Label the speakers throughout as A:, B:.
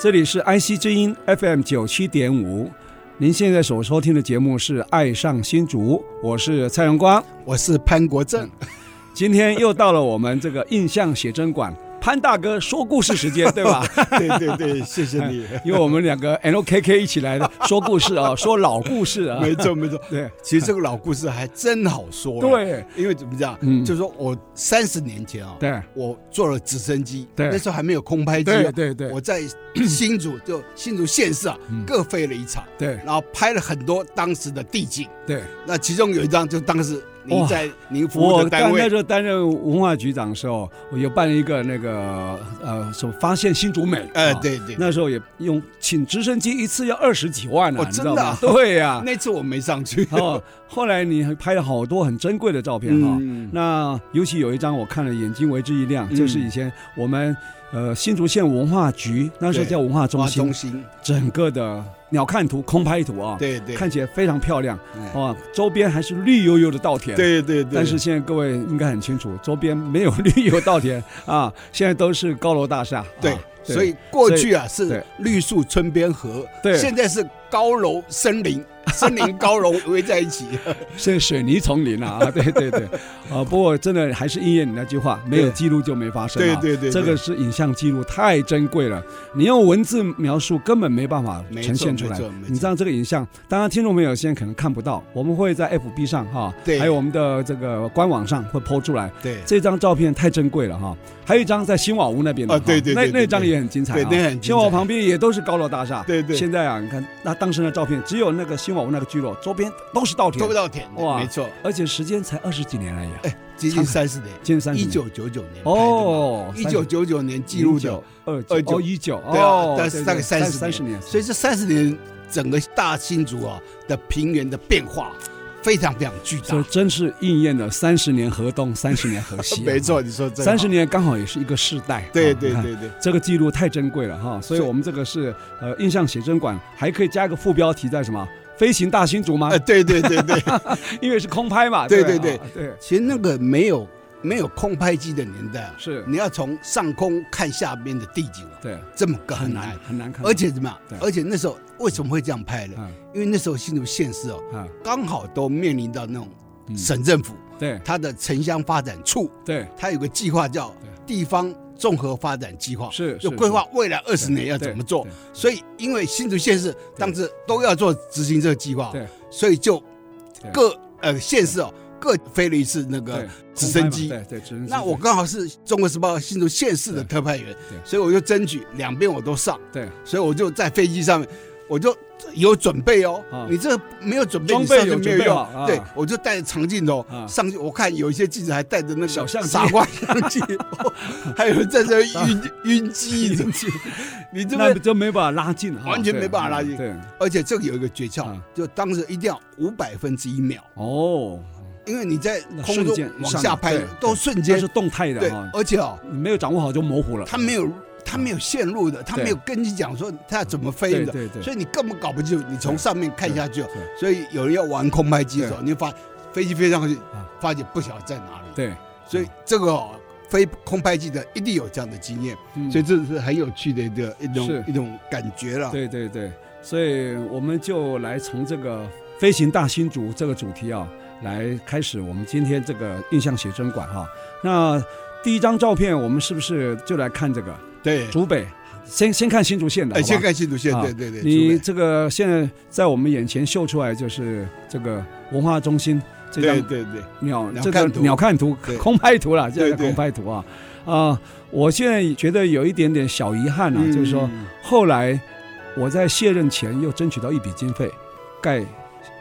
A: 这里是 IC 之音 FM 九七点五，您现在所收听的节目是《爱上新竹》，我是蔡荣光。
B: 我是潘国正，
A: 今天又到了我们这个印象写真馆，潘大哥说故事时间， 对 吧？
B: 对对对，谢谢你，
A: 因为我们两个 NOKK 一起来的说故事啊，说老故事啊，
B: 没错没错。
A: 对
B: 其实这个老故事还真好说，，啊
A: 对
B: 因为怎么讲，
A: 嗯
B: 就是说我三十年前啊，
A: 对
B: 我坐了直升机，
A: 对
B: 那时候还没有空拍机啊，
A: 对对对嗯
B: 我在 新竹就新竹县市啊，各飞了一场，
A: 对
B: 然后拍了很多当时的地景，
A: 对，
B: 那其中有一张就当时您
A: 哇
B: 在您服务
A: 我
B: 的单
A: 刚那
B: 位
A: 时，候担任文化局长的时候，我有办一个那个呃，什么发现新竹美，
B: 呃，
A: 啊。
B: 对对，
A: 那时候也用请直升机一次要二十几万呢、
B: 哦
A: 你知
B: 真
A: 道
B: 的
A: 吗
B: 啊？
A: 对呀、
B: 那次我没上去，
A: 哦，后来你还拍了好多很珍贵的照片哈、
B: 嗯
A: 那尤其有一张我看了眼睛为之一亮，
B: 嗯
A: 就是以前我们呃新竹县文化局那时候
B: 对
A: 叫文化
B: 华
A: 中心
B: 中，心，
A: 整个的鸟瞰图、空拍图啊，
B: 对对，
A: 看起来非常漂亮
B: 哎，
A: 哦，周边还是绿油油的稻田。
B: 对对对，
A: 但是现在各位应该很清楚，周边没有绿油稻田 啊，现在都是高楼大厦。啊
B: 对，所以过去啊
A: 对
B: 是绿树村边河，
A: 对
B: 现在是高楼 森林，森林高楼围在一起。
A: 是水泥丛林 啊，啊对对对，啊，不过真的还是应验你那句话，没有记录就没发生、啊。
B: 对对对对
A: 这个是影像记录太珍贵了，你用文字描述根本没办法
B: 没错
A: 呈现出来
B: 没错没。错
A: 你知道这个影像，当然听众朋友现在可能看不到，我们会在 FB 上哈、
B: 对
A: 还有我们的这个官网上会抛出来。
B: 对
A: 这张照片太珍贵了哈、还有一张在新瓦屋那边的
B: 啊
A: 哈
B: 对对对
A: 那
B: 对
A: 那张也很精彩、啊，
B: 对那很精彩
A: 新瓦屋旁边也都是高楼大厦，
B: 对对
A: 现在啊，你看那当时的照片，只有那个新瓦屋那个聚落周边都是稻田，
B: 做不到田的，
A: 哇
B: 没错，
A: 而且时间才二十几年而已、啊。
B: 哎，接近三十年，
A: 接近30
B: 一
A: 年
B: 九九九年
A: 哦
B: 一九九九年记录的
A: 19，二
B: 二
A: 九
B: 九
A: 哦一九
B: 对啊
A: 哦，，
B: 但是大概三十
A: 三十年，
B: 所以这三十年整个大新竹啊的平原的变化非常非常巨
A: 所以
B: 大，
A: 真是应验了三十年河东，三十年河西。
B: 没错，，你说真好
A: 啊三十，年刚好也是一个世代。
B: 对
A: 啊
B: 对。
A: 你看
B: 对对，
A: 这个记录太珍贵了哈，所以
B: 所以
A: 我们这个是呃印象写真馆，还可以加一个副标题在什么？飞行大新竹吗
B: 哎，？对对对 对，
A: 因为是空拍嘛。
B: 对
A: 对
B: 对
A: 啊对，
B: 其实那个没有没有空拍机的年代啊，
A: 是，
B: 你要从上空看下边的地景啊，
A: 对，
B: 这么高
A: 很
B: 很
A: 难
B: 难。
A: 很难看到。
B: 而且怎么样
A: 对？
B: 而且那时候为什么会这样拍呢？
A: 啊
B: 因为那时候新竹县市哦，
A: 啊，
B: 刚好都面临到那种
A: 嗯
B: 省政府
A: 对
B: 它的城乡发展处，
A: 对
B: 它有个计划叫地方综合发展计划，
A: 是
B: 就是规划未来二
A: 是
B: 十年要怎么做
A: 对。
B: 所以因为新竹县市当时都要做执行这个计划哦
A: 对，
B: 所以啊就
A: 对
B: 各呃县市哦各飞了一次那
A: 对
B: 个
A: 空
B: 直
A: 拍嘛
B: 升机，
A: 对对直升机。
B: 那我刚好是中国时报新竹县市的特派员
A: 对对，
B: 所以我就争取两边我都上，
A: 对
B: 所以我就在飞机上面，我就有准备哦
A: 啊。
B: 你这没有准备，
A: 装
B: 你
A: 备
B: 上去
A: 有
B: 没
A: 准
B: 有
A: 备
B: 用。
A: 好啊
B: 对，我就带着长镜头
A: 啊
B: 上去，我看有一些记者还带着那个
A: 小相机
B: 傻瓜相 机，还有人在这
A: 啊
B: 晕晕机， 你这
A: 那
B: 边。
A: 就没办法拉近啊，
B: 完全
A: 对
B: 没办法拉近
A: 对，
B: 而且这个有一个诀窍
A: 啊，
B: 就当时一定要五百分之一秒，
A: 哦，
B: 因为你在
A: 那
B: 空
A: 瞬
B: 中
A: 间
B: 往
A: 上
B: 下
A: 来
B: 拍
A: 对
B: 都
A: 对
B: 瞬
A: 这
B: 间
A: 是，动态的
B: 对
A: 哈，，
B: 而且哦，
A: 你没有掌握好就模糊了。
B: 他没有他没有线路的，他
A: 对
B: 没有跟你讲说他要怎么飞
A: 对
B: 的，
A: 对对
B: 所以你根本搞不清楚。你从上面看下去
A: 对对，
B: 所以有人要玩空拍机的时候，你就发飞机飞上去
A: 啊，
B: 发现不晓得在哪里。
A: 对，
B: 所以这个哦飞空拍机的一定有这样的经验，
A: 嗯
B: 所以这是很有趣的一个一
A: 是
B: 种一种感觉了。
A: 对对对，所以我们就来从这个飞行大新竹这个主题啊，来开始我们今天这个印象写真馆哈、那第一张照片，我们是不是就来看这个
B: 对，
A: 竹北？先先看新竹县的，
B: 哎，
A: 好吧
B: 先看新竹县，
A: 啊
B: 对对对，
A: 你
B: 竹
A: 这个现在在我们眼前秀出来就是这个文化中心这
B: 北
A: 张
B: 对对对，
A: 鸟
B: 鸟
A: 这个
B: 瞰图
A: 鸟瞰图
B: 对
A: 空拍图啦，这叫
B: 对对
A: 空拍图啊啊、我现在觉得有一点点小遗憾啊，
B: 嗯
A: 就是说后来我在卸任前又争取到一笔经费，盖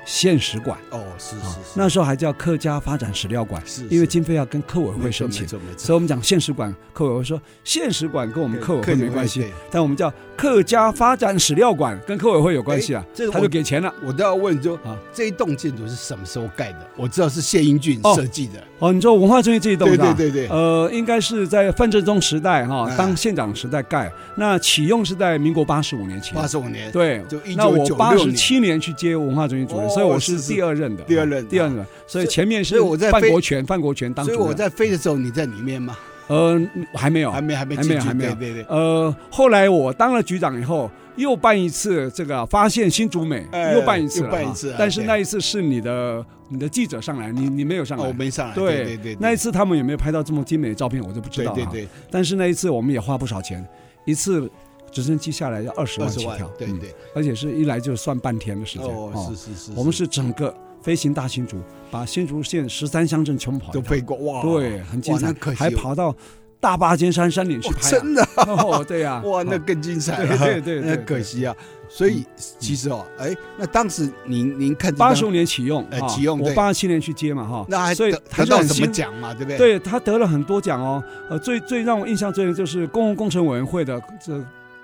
A: 现实馆
B: 哦，是
A: 啊
B: 是，是，
A: 那时候还叫客家发展史料馆，
B: 是
A: 因为
B: 是
A: 经费要跟客委会
B: 没错
A: 申
B: 没
A: 请，
B: 错没
A: 所以
B: 错，
A: 我们讲现实馆，客委会说现实馆跟我
B: 我
A: 们客委会没关系，。但我们叫客家发展史料馆，跟客委会有关系啊
B: 哎这，个
A: 他
B: 我
A: 就给钱了。
B: 我都要问说
A: 啊，
B: 这一栋建筑是什么时候盖的？我知道是谢英俊
A: 哦
B: 设计的，
A: 哦，你说文化中心这一栋
B: 对
A: 是吧？
B: 对对对，
A: 呃，应该是在范振中时代哈、
B: 哎
A: 当县长时代盖，那启用是在民国八十五年前
B: 八。十五年，
A: 对，
B: 就一
A: 那
B: 九
A: 我
B: 九
A: 八
B: 六
A: 十
B: 年。
A: 七年去接文化中心主任，
B: 哦
A: 所以我
B: 是
A: 是
B: 是
A: 第二任的，
B: 第二任
A: 第二任，所以前面
B: 所
A: 是
B: 以我在
A: 范
B: 非
A: 国权，范国权当主
B: 所以
A: 任。
B: 我在飞的时候，你在里面吗？
A: 呃还没有
B: 还，没，还没
A: 还
B: 进
A: 没
B: 去
A: 有，还没有
B: 对对对，
A: 呃，后来我当了局长以后，又办一次这个发现新竹美，
B: 哎
A: 又办一次了
B: 又
A: 哈，
B: 办一次啊
A: 但是
B: 对
A: 那一次是你的你的记者上来，你你没有上
B: 哦，
A: 来。
B: 我没上来，
A: 对
B: 对对对，
A: 那一次他啊们有没有拍到这么精美的照片，我就不知
B: 对
A: 道了
B: 对
A: 哈。
B: 对，
A: 但是那一次我们也花不少钱，一次直升机下来要二十
B: 二
A: 万
B: 十
A: 起
B: 万
A: 跳，，
B: 对
A: 嗯，
B: 对，
A: 而且是一来就算半天的时间。
B: 哦，是是是，
A: 我们是整个飞行大新竹，把新竹县十三乡镇全部跑一
B: 都
A: 趟，
B: 飞过，哇，
A: 对，很精
B: 哇
A: 彩
B: 那可，惜哦
A: 还跑到大巴尖山山顶去
B: 哇，
A: 拍、啊
B: 真的啊，
A: 哦，对 呀、
B: 哇，那
A: 哦
B: 更精彩
A: 对
B: 了，
A: 对对对 嗯
B: 那可惜啊。所以其实哦，哎，那当时您您看这张
A: 八十五，年启用，
B: 呃
A: 哈
B: 启用
A: 我
B: 对
A: 八七年去接嘛哈，
B: 那还
A: 所以
B: 得
A: 他
B: 得
A: 就
B: 到
A: 很
B: 什么
A: 兴？
B: 奖嘛？对不对？
A: 对他得了很多奖哦，呃，最最让我印象最深就是公共工程委员会的这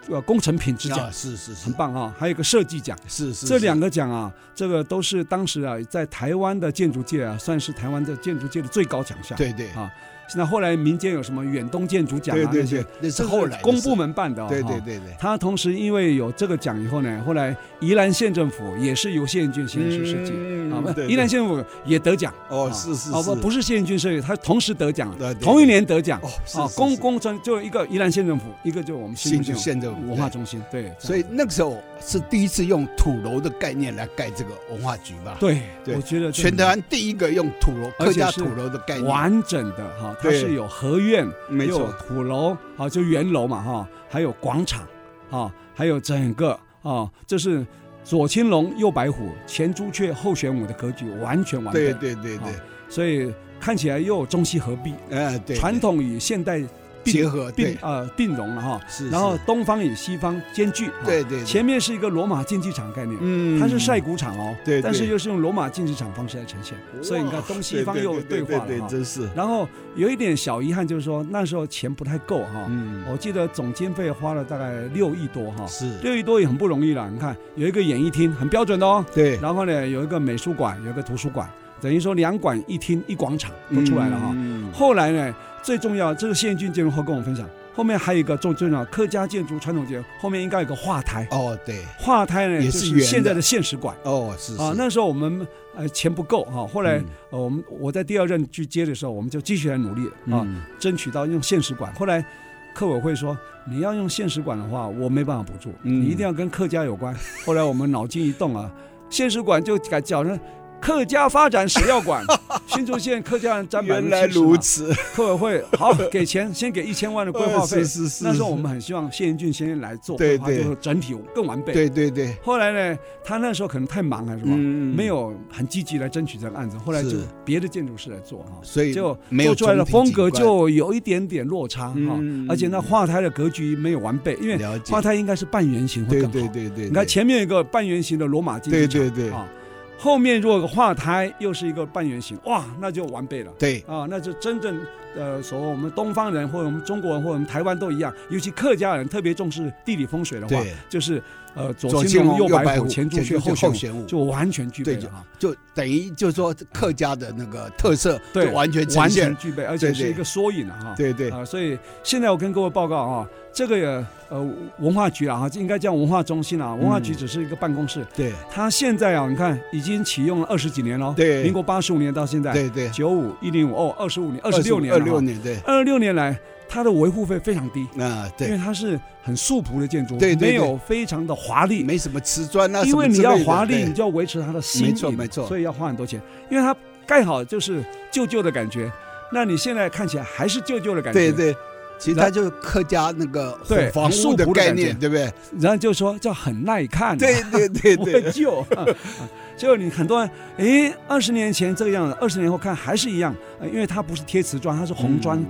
A: 呃工程品质奖
B: 啊，，是是是
A: 很，棒哈、还有一个设计奖，
B: 是是
A: 这两
B: 个
A: 个奖啊，这个都是当时啊在台湾的建筑界啊，算是台湾的建筑界的最高奖项。，
B: 对对
A: 啊那后来民间有什么远东建筑奖
B: 对
A: 啊
B: 对
A: 那些
B: 对，，那
A: 这
B: 是后来的
A: 公
B: 事
A: 部，门办的、哦，
B: 对
A: 哈
B: 对对对，
A: 他同时因为有这个奖以后呢，后来宜兰县政府也是由谢元俊先生设计
B: 嗯
A: 啊，不
B: 对
A: 宜兰
B: 对
A: 县政府也得奖
B: 哦
A: 啊
B: 是是
A: 哦不
B: 是
A: 不是谢元俊设计，他同时得奖，
B: 对对
A: 同一年得奖
B: 哦是
A: 啊
B: 是，
A: 公
B: 是
A: 公专就一个宜兰县政府，一个就我们新
B: 新
A: 竹
B: 竹
A: 县
B: 县政府
A: 文化中心，对，
B: 所以那个时候是第一次用土楼的概念来盖这个文化局吧？，
A: 对，
B: 对
A: 我觉得这
B: 全台湾第一个用土楼
A: 而
B: 客
A: 且
B: 家
A: 是
B: 土楼的概念，
A: 完整的哈，它
B: 对
A: 是有合院，
B: 没
A: 有
B: 错，
A: 土楼啊，就圆楼嘛哈，还有广场啊，还有整个啊，这是左青龙右白虎，前朱雀后玄武的格局完全完备，
B: 对对对对
A: 啊，所以看起来又中西合璧，
B: 哎对，
A: 传统与现代
B: 对结合，对
A: 并，呃并融了哈，
B: 是，
A: 然后
B: 是
A: 东方与西方兼具，啊
B: 对对，对
A: 前面是一个罗马竞技场概念。
B: 嗯
A: 它是晒谷场哦，
B: 对对
A: 但是又是用罗马竞技场方式来呈现，所以你看东西方又
B: 对
A: 话
B: 对
A: 了
B: 对，
A: 哈。
B: 真是，
A: 然后有一点小遗憾，就是说那时候钱不太够哈、
B: 嗯，
A: 我记得总经费花了大概六亿多哈、
B: 是，
A: 六亿多也很不容易了。你看有一个演艺厅，很标准的哦，
B: 对，
A: 然后呢有一个美术馆，有一个图书馆，等于说两馆一厅一广场都出来了哈、
B: 嗯
A: 后来呢，最重要这个谢俊建筑后跟我分享，后面还有一个最重要客家建筑传统建筑，后面应该有个画台，
B: 哦，对，
A: 画台呢
B: 也
A: 就是
B: 圆的
A: 现在的现实馆。
B: 哦，是
A: 啊，
B: 是
A: 那时候我们呃钱不够哈、后来、
B: 嗯
A: 呃我们我在第二任去接的时候，我们就继续来努力啊，
B: 嗯
A: 争取到用现实馆。后来客委会说，你要用现实馆的话，我没办法补助，
B: 嗯
A: 你一定要跟客家有关。后来我们脑筋一动啊，现实馆就改叫成客家发展史料馆，新竹县客家人占百
B: 原
A: 分
B: 来
A: 之七
B: 如此，
A: 客委会好给钱，先给一千万的规划费
B: 呃是。是是，
A: 那时候我们很希望谢元俊先生来做规
B: 对
A: 划，
B: 对
A: 就是整体更完备。
B: 对对对，
A: 后来呢，他那时候可能太忙还是什么，
B: 嗯
A: 没，有很积极来争取这个案子，后来就是别的建筑师来做哈，
B: 所以
A: 结果
B: 没有
A: 做出来的
B: 重
A: 风
B: 叠景
A: 格
B: 观
A: 就有一点点落差哈
B: 嗯，
A: 而且那画胎的格局没有完备，因为
B: 了解
A: 画，胎应该是半圆形会
B: 对
A: 更好。
B: 对对对，
A: 你看
B: 对
A: 前面有一个半圆形的罗马竞技场，
B: 对对对
A: 啊，后面如果有个画胎又是一个半圆形，哇，那就完备了。
B: 对
A: 啊，那就真正呃，所谓我们东方人或者我们中国人或者我们台湾都一样，尤其客家人特别重视地理风水的话，
B: 对，
A: 就是呃左
B: 左
A: 青
B: 青
A: 龙
B: 龙
A: 右
B: 右
A: 白
B: 白
A: 虎
B: 虎，
A: 前朱雀后
B: 后
A: 玄武
B: 玄武，
A: 就完全具备
B: 嗯对
A: 了啊哈。
B: 就等于就是说客家的那个特色
A: 对
B: 就完全呈
A: 完
B: 现
A: 全，具备，而且
B: 对
A: 是
B: 对
A: 一个缩影啊哈。
B: 对对
A: 啊、所以现在我跟各位报告啊，这个呃文化局啊，哈应该叫文化中心啊，
B: 嗯
A: 文化局只是一个办公室，
B: 对
A: 它现在啊，你看已经启用了二十几年了，
B: 对
A: 民国八十五年到现在，
B: 对对，
A: 九五一零五哦，二十五年，二十六年
B: 二
A: 了
B: 六
A: 哈，
B: 年对，
A: 二六年来它的维护费非常低，
B: 啊
A: 因
B: 对，
A: 为它是很素朴的建筑，
B: 对对
A: 没有非常的华丽，
B: 没什么瓷砖啊，
A: 因为你
B: 什么
A: 要
B: 之类的
A: 华丽，
B: 对
A: 你就要维持它的新颖，
B: 没错没错
A: 所以要花很多钱，因为它盖好就是旧旧的感觉，那你现在看起来还是旧旧的感觉，
B: 对对，其实它就是客家那个火
A: 对
B: 房
A: 素
B: 屋的
A: 朴的
B: 概
A: 感觉
B: 念，对不对？
A: 然后就说叫很耐看、啊，
B: 对对对
A: 不 会
B: 对，
A: 旧。啊就你很多人，诶，二十年前这
B: 嗯
A: 个样子，二十年后看还是一样，呃因为它不是贴瓷砖，它是红砖，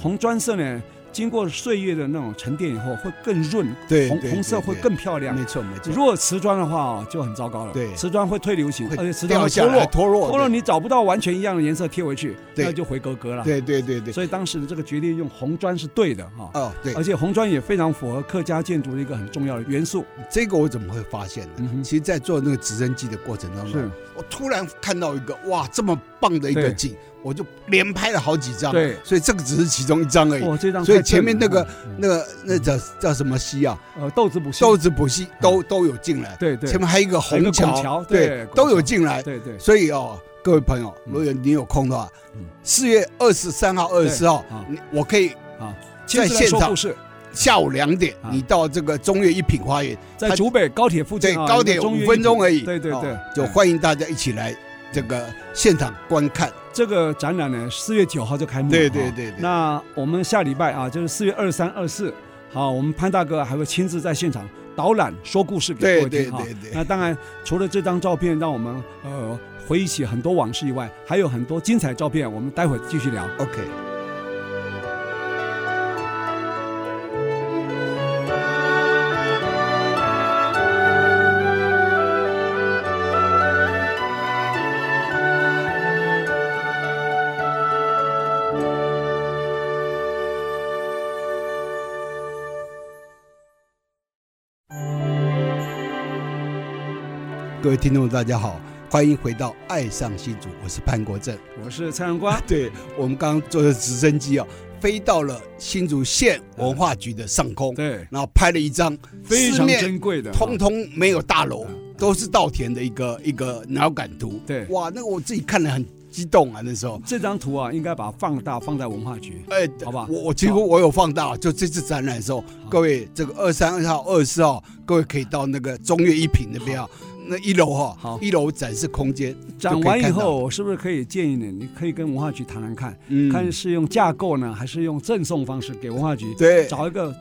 A: 红砖色呢经过岁月的那种沉淀以后，会更润，
B: 对
A: 红
B: 对
A: 红色
B: 对
A: 会
B: 对
A: 更漂亮。
B: 没错没错，
A: 如果瓷砖的话哦就很糟糕了，
B: 对
A: 瓷砖会退流行，而且瓷砖
B: 掉
A: 会
B: 下
A: 脱
B: 来
A: 落，
B: 脱落，
A: 脱落你找不到完全一样的颜色贴回去，
B: 对
A: 那就回格格了。
B: 对对对对，
A: 啊所以呃当时这个决定用红砖是对的哈，
B: 哦对，
A: 而且红砖也非常符合客家建筑的一个很重要的元素。
B: 这个我怎么会发现呢？
A: 嗯哼
B: 其实，在做那个直升机的过程当中啊
A: 是，
B: 我突然看到一个哇，这么棒的一个
A: 对
B: 景，我就连拍了好几张。啊
A: 对
B: 所以这个只是其中一张而已。
A: 哦，这张
B: 所以
A: 太
B: 前
A: 正
B: 面
A: 了嗯
B: 那个
A: 哈
B: 那个那叫叫什么溪啊？
A: 呃豆子补习，
B: 豆子补习都都有进来，
A: 嗯对对
B: 前面还有一个
A: 还有一
B: 虹
A: 个
B: 桥，
A: 拱桥对拱
B: 都有
A: 桥
B: 进来。
A: 对对
B: 所以哦，各位朋友，
A: 嗯
B: 如果你有空的话
A: 嗯，
B: 四月二十三号、二十四号
A: 啊，
B: 你我可以
A: 啊，
B: 在
A: 亲自来
B: 现
A: 说
B: 场
A: 故事，
B: 下午两点，
A: 啊
B: 你到这个中越一品花园。
A: 在
B: 它
A: 竹北高铁附
B: 对，
A: 近啊，
B: 高
A: 一个
B: 铁
A: 中
B: 五
A: 原
B: 分
A: 一
B: 钟
A: 品
B: 而已。
A: 对对
B: 哦
A: 对，
B: 就
A: 嗯
B: 欢迎大家一起来这个现场观看。
A: 这个展览呢，四月九号就开幕了
B: 对
A: 哈
B: 对对对
A: 那我们下礼拜啊，就是四月二三、二四，好，我们潘大哥还会亲自在现场导览说故事给
B: 对
A: 各位
B: 对
A: 听哈。
B: 对对，
A: 那当然，除了这张照片让我们呃回忆起很多往事以外，还有很多精彩照片，我们待会继续聊。
B: ，OK。各位听众，大家好，欢迎回到《爱上新竹》，我是潘国正。
A: 我是蔡 荣光，
B: 对我们刚刚坐的直升机啊，飞到了新竹县文化局的上空，
A: 对，
B: 然后拍了一张，
A: 非
B: 四
A: 常
B: 面
A: 珍贵的，
B: 通通没有大楼
A: 啊，
B: 都是稻田的一个一个脑感图。
A: 对
B: 哇，那个我自己看了很激动啊，那时候。
A: 这张图啊，应该把它放大放在文化局。
B: 哎，
A: 好吧
B: 我我几乎我有放大，就这次展览的时候，各位这个二三号、二四号，各位可以到那个中越一品那边啊，那一楼哈
A: 好，
B: 一楼展示空间，
A: 展完以后，我是不是可以建议你，你可以跟文化局谈谈看，
B: 嗯
A: 看是用架构呢，还是用赠送方式给文化局
B: 对，
A: 找一个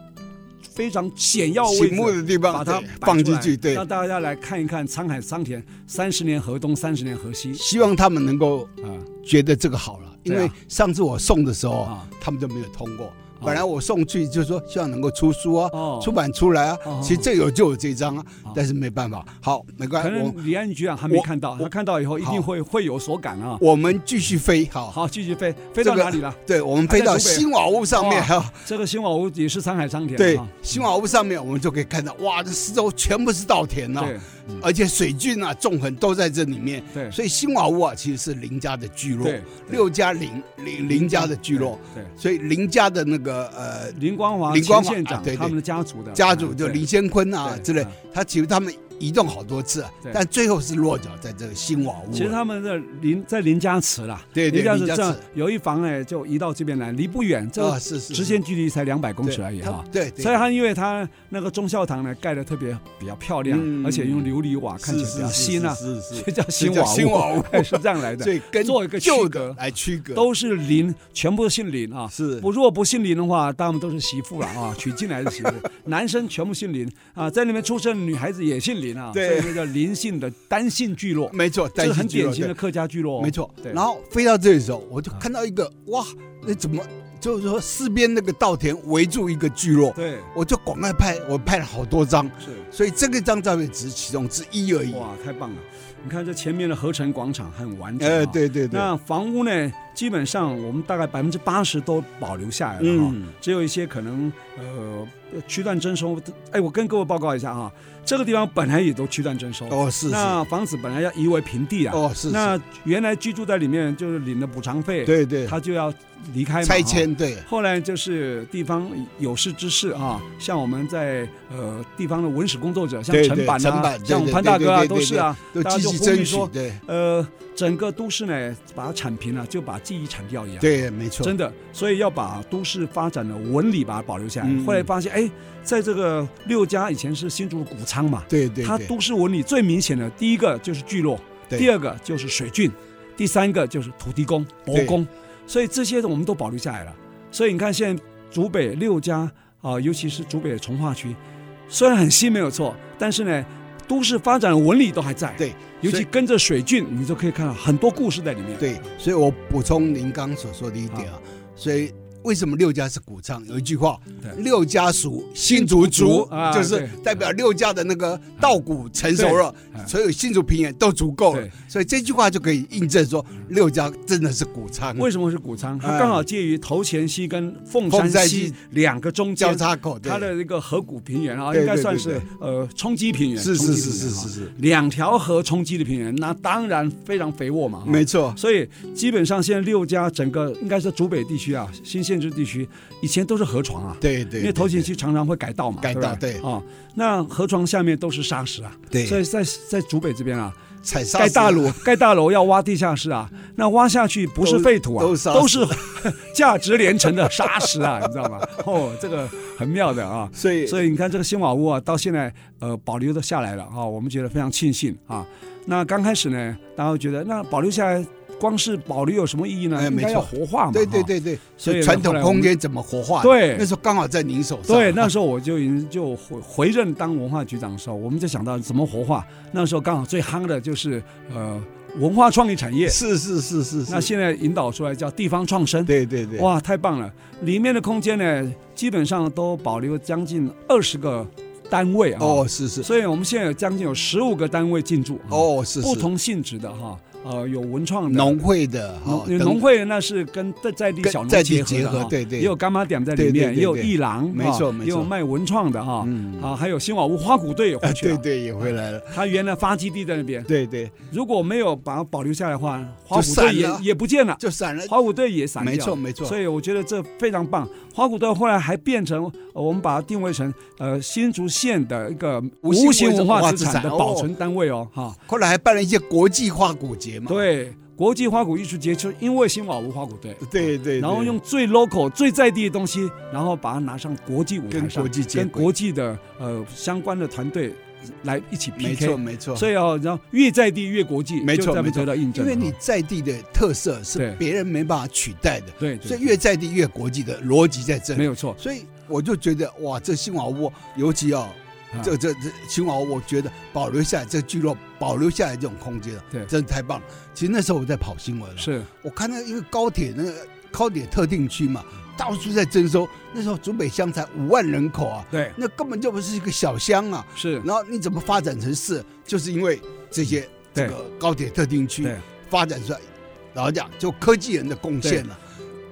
A: 非常显要位
B: 醒目
A: 置，
B: 的地
A: 把
B: 方
A: 它
B: 对
A: 摆
B: 放
A: 出
B: 进
A: 来
B: 去，对，
A: 让大家来看一看沧海桑田，三十年河东，三十年河西
B: 希望他们能够
A: 啊
B: 觉得这个好了，因
A: 对啊
B: 为上次我送的时候，
A: 啊
B: 他们就没有通过。本来我送去就是说希望能够出书啊，
A: 哦
B: 出版出来啊
A: 哦。
B: 其实这有就有这张啊
A: 好，
B: 但是没办法。好，没关
A: 可
B: 系，我
A: 能李安局长还没
B: 我
A: 看到，
B: 我
A: 他看到以后一定
B: 好
A: 会会有所感啊。
B: 我们继续飞。好，
A: 好，继续飞，飞到
B: 这个
A: 哪里了？
B: 对，我们飞到
A: 还在哦准备
B: 新瓦屋上面，
A: 哇
B: 还有
A: 这个新瓦屋也是沧海桑田啊。
B: 对新瓦屋上面，我们就可以看到，哇，这四周全部是稻田啊，
A: 对
B: 而且水郡啊、纵横都在这里面。
A: 对
B: 所以新瓦屋啊，其实是林家的聚落
A: 对，对
B: 六家林林林家的聚落。
A: 对。对
B: 所以林家的那个呃
A: 林光华
B: 林光
A: 前
B: 华
A: 县
B: 啊
A: 长
B: 对对
A: 他们的家族的
B: 家族，就
A: 嗯对
B: 林先坤啊
A: 对
B: 之类
A: 嗯，
B: 他其实他们移动好多次啊
A: 对，
B: 但最后是落脚在这个新瓦屋啊。
A: 其实他们的林在林家祠啦，
B: 对对
A: 林家祠
B: 林家
A: 这样
B: 祠
A: 有一房呢，就移到这边来，离不远，这
B: 啊
A: 个
B: 是是
A: 直线距离才两百公尺而已哈。，
B: 对他对，
A: 所以他因为他那个忠孝堂呢盖的特别比较漂亮，
B: 嗯
A: 而且用琉璃瓦看起来比较新啊，
B: 是是
A: 所
B: 是
A: 以
B: 是
A: 叫新瓦
B: 所以叫新瓦 屋
A: 是这样来
B: 所
A: 的。
B: 以跟
A: 做一个
B: 旧
A: 区隔
B: 的来区隔，
A: 都是林，全部都姓林啊。
B: 是
A: 不，如果不姓林的话，他们都是媳妇了啊，娶进来的媳妇。 男生全部姓林啊，在那边出生的女孩子也姓林啊，
B: 对
A: 所以那叫林姓的单姓聚落，
B: 没错，
A: 这是
B: 但
A: 很典型的
B: 的，
A: 客家聚落、哦。
B: 没错。
A: 对
B: 然后飞到这里的时候，我就
A: 啊
B: 看到一个哇，那怎么就是说四边那个稻田围住一个聚落，
A: 对，
B: 我就赶快拍，我拍了好多张，
A: 是
B: 所以这个张照片只是其中之一而已。啊
A: 哇，太棒了！你看这前面的合成广场很完整、啊，
B: 呃，。对对对，
A: 那房屋呢，基本上我们大概百分之八十都保留下来了哈、
B: 嗯，
A: 只有一些可能呃区段征收。哎，我跟各位报告一下啊，这个地方本来也都区段征收，
B: 哦是是，
A: 那房子本来要夷为平地啊，
B: 哦是是，
A: 那原来居住在里面就是领了补偿费，
B: 对对，
A: 他就要离开嘛
B: 拆。
A: 哈
B: 迁对，
A: 后来就是地方有识之士啊，像我们在呃地方的文史工作者，像
B: 对对
A: 陈板
B: 陈
A: 啊
B: 板，对
A: 像我们
B: 对
A: 潘大哥啊，
B: 对对对
A: 都是啊，
B: 都
A: 大家
B: 积
A: 就
B: 极
A: 呼
B: 争
A: 吁
B: 取
A: 说，
B: 对
A: 呃，整个都市呢，把它铲平了，就把记忆铲掉一样。
B: 对，没错，
A: 真的，所以要把都市发展的纹理把它保留下来。
B: 嗯
A: 后来发现，哎，在这个六家以前是新竹的谷仓嘛，
B: 对对
A: 它
B: 对，
A: 都市纹理最明显的第一个就是聚落，
B: 对
A: 第二个就是水郡，第三个就是土地公、伯
B: 对
A: 公，所以这些我们都保留下来了。所以你看，现在竹北六家啊、尤其是竹北从化区，虽然很新没有错，但是呢，都市发展的纹理都还在。
B: 对，
A: 尤
B: 所
A: 其
B: 以
A: 跟着水郡，你就可以看到很多故事在里面。
B: 对，所以我补充您刚所说的一点啊，所以为什么六家是古唱？有一句话
A: 对，
B: 六家属新竹
A: 竹
B: 竹
A: 啊，
B: 就是
A: 对
B: 代表六家的那个稻谷成熟了
A: 对，哎
B: 所有新竹平原都足够了
A: 对。
B: 所以这句话就可以印证说，六家真的是古唱，
A: 为什么是谷仓？它
B: 哎
A: 刚好介于头前溪跟凤
B: 嗯凤
A: 山
B: 山
A: 溪
B: 溪
A: 两个中
B: 交
A: 间，
B: 叉口对
A: 它的一个河谷平原啊，
B: 对
A: 应该
B: 对
A: 算
B: 对
A: 是
B: 对
A: 呃冲击平原，
B: 是
A: 冲
B: 是
A: 击
B: 是
A: 平
B: 是
A: 原啊
B: 是是，
A: 两条河冲击的平原，那当然非常肥沃嘛。哈
B: 没错，
A: 所以基本上现在六家整个应该是竹北地区啊，新县制地区以前都是河床啊，
B: 对对，
A: 因为头前
B: 对
A: 溪常常会改道嘛，
B: 改道
A: 对
B: 对
A: 不啊，那河床下面都是沙石啊，
B: 对
A: 所以在在竹北这边啊，
B: 踩沙
A: 盖
B: 石
A: 大 楼盖大楼要挖地下室啊，那挖下去不是废土啊，
B: 都都是沙石
A: 是 价值连城的沙石啊，你知道吗？哦，这个很妙的啊。
B: 所以
A: 所以你看这个新瓦屋啊，到现在呃保留的下来了啊，我们觉得非常庆幸啊。那刚开始呢，大家会觉得那保留下来，光是保留有什么意义呢？
B: 哎
A: 应
B: 没
A: 该
B: 错
A: 要活化嘛。
B: 对对
A: 哈。
B: 对对，
A: 所以
B: 传
A: 后
B: 统
A: 来我们
B: 空间怎么活化的？
A: 对
B: 那时候刚好在您手上。
A: 对，那时候我就已经就回回任当文化局长的时候，我们就想到怎么活化。那时候刚好最夯的就是呃文化创意产业，
B: 是是是是是，
A: 那现在引导出来叫地方创生。
B: 对对对，
A: 哇，太棒了！里面的空间呢，基本上都保留将近二十个单位啊。
B: 哦是是，
A: 所以我们现在有将近有十五个单位进驻啊，
B: 哦是是，
A: 不同性质的哈，呃，有文创的
B: 农会的
A: 农
B: 哈，
A: 有
B: 等
A: 农会那是跟在在地
B: 跟
A: 小农
B: 在地
A: 结
B: 结
A: 合的
B: 合
A: 哈，
B: 对对
A: 也有干妈点在
B: 对
A: 里
B: 对
A: 面，
B: 对
A: 也有
B: 对
A: 艺廊，
B: 没
A: 哈
B: 错没
A: 也有
B: 错
A: 卖文创的哈，
B: 嗯
A: 啊，还有新瓦屋花鼓队也回
B: 啊
A: 去
B: 对
A: 了，嗯
B: 对也回来了，
A: 他原来发基地在那边，
B: 对对
A: 如果没有把它保留下来的话，花
B: 就
A: 鼓队
B: 散
A: 也
B: 了
A: 也不见了，
B: 就散了，
A: 花鼓队也散掉了，
B: 呃没错没错，
A: 所以我觉得这非常棒。花鼓队后来还变成，呃我们把它定位成呃新竹县的一个
B: 无形
A: 无形文化
B: 文化
A: 资
B: 资
A: 产
B: 产
A: 的
B: 哦
A: 保存单位哦，哈、
B: 后来还办了一些国际化古节嘛，
A: 对，国际花鼓艺术节就是因为新瓦吴花鼓队，
B: 对对，
A: 然后
B: 对
A: 用最 local、最在地的东西，然后把它拿上国际舞台
B: 跟
A: 上，
B: 国际接
A: 跟
B: 轨
A: 国际的呃相关的团队来一起
B: 没错
A: PK。
B: 没错，
A: 所以哦，然后越在地越国际，
B: 没错
A: 就咱
B: 没
A: 们
B: 错
A: 得到印证
B: 因
A: 了
B: 为
A: 哈。
B: 你在地的特色
A: 对
B: 是别人没办法取代的，
A: 对，对
B: 所以越在地越国际的逻辑在这
A: 对
B: 里
A: 没。有错，
B: 所以我就觉得哇，这新瓦屋，尤其啊
A: 啊，
B: 这这这新瓦屋，我觉得保留下来这聚落，保留下来这种空间了，啊
A: 对
B: 真的太棒了。其实那时候我在跑新闻了，啊
A: 是
B: 我看到一个高铁那个高铁特定区嘛，到处在征收。那时候竹北乡才五万人口啊，
A: 对，
B: 那根本就不是一个小乡啊。
A: 是，
B: 然后你怎么发展成市，就是因为这些
A: 对
B: 这个高铁特定区
A: 对
B: 发展出来，然后讲就科技人的贡献啊了。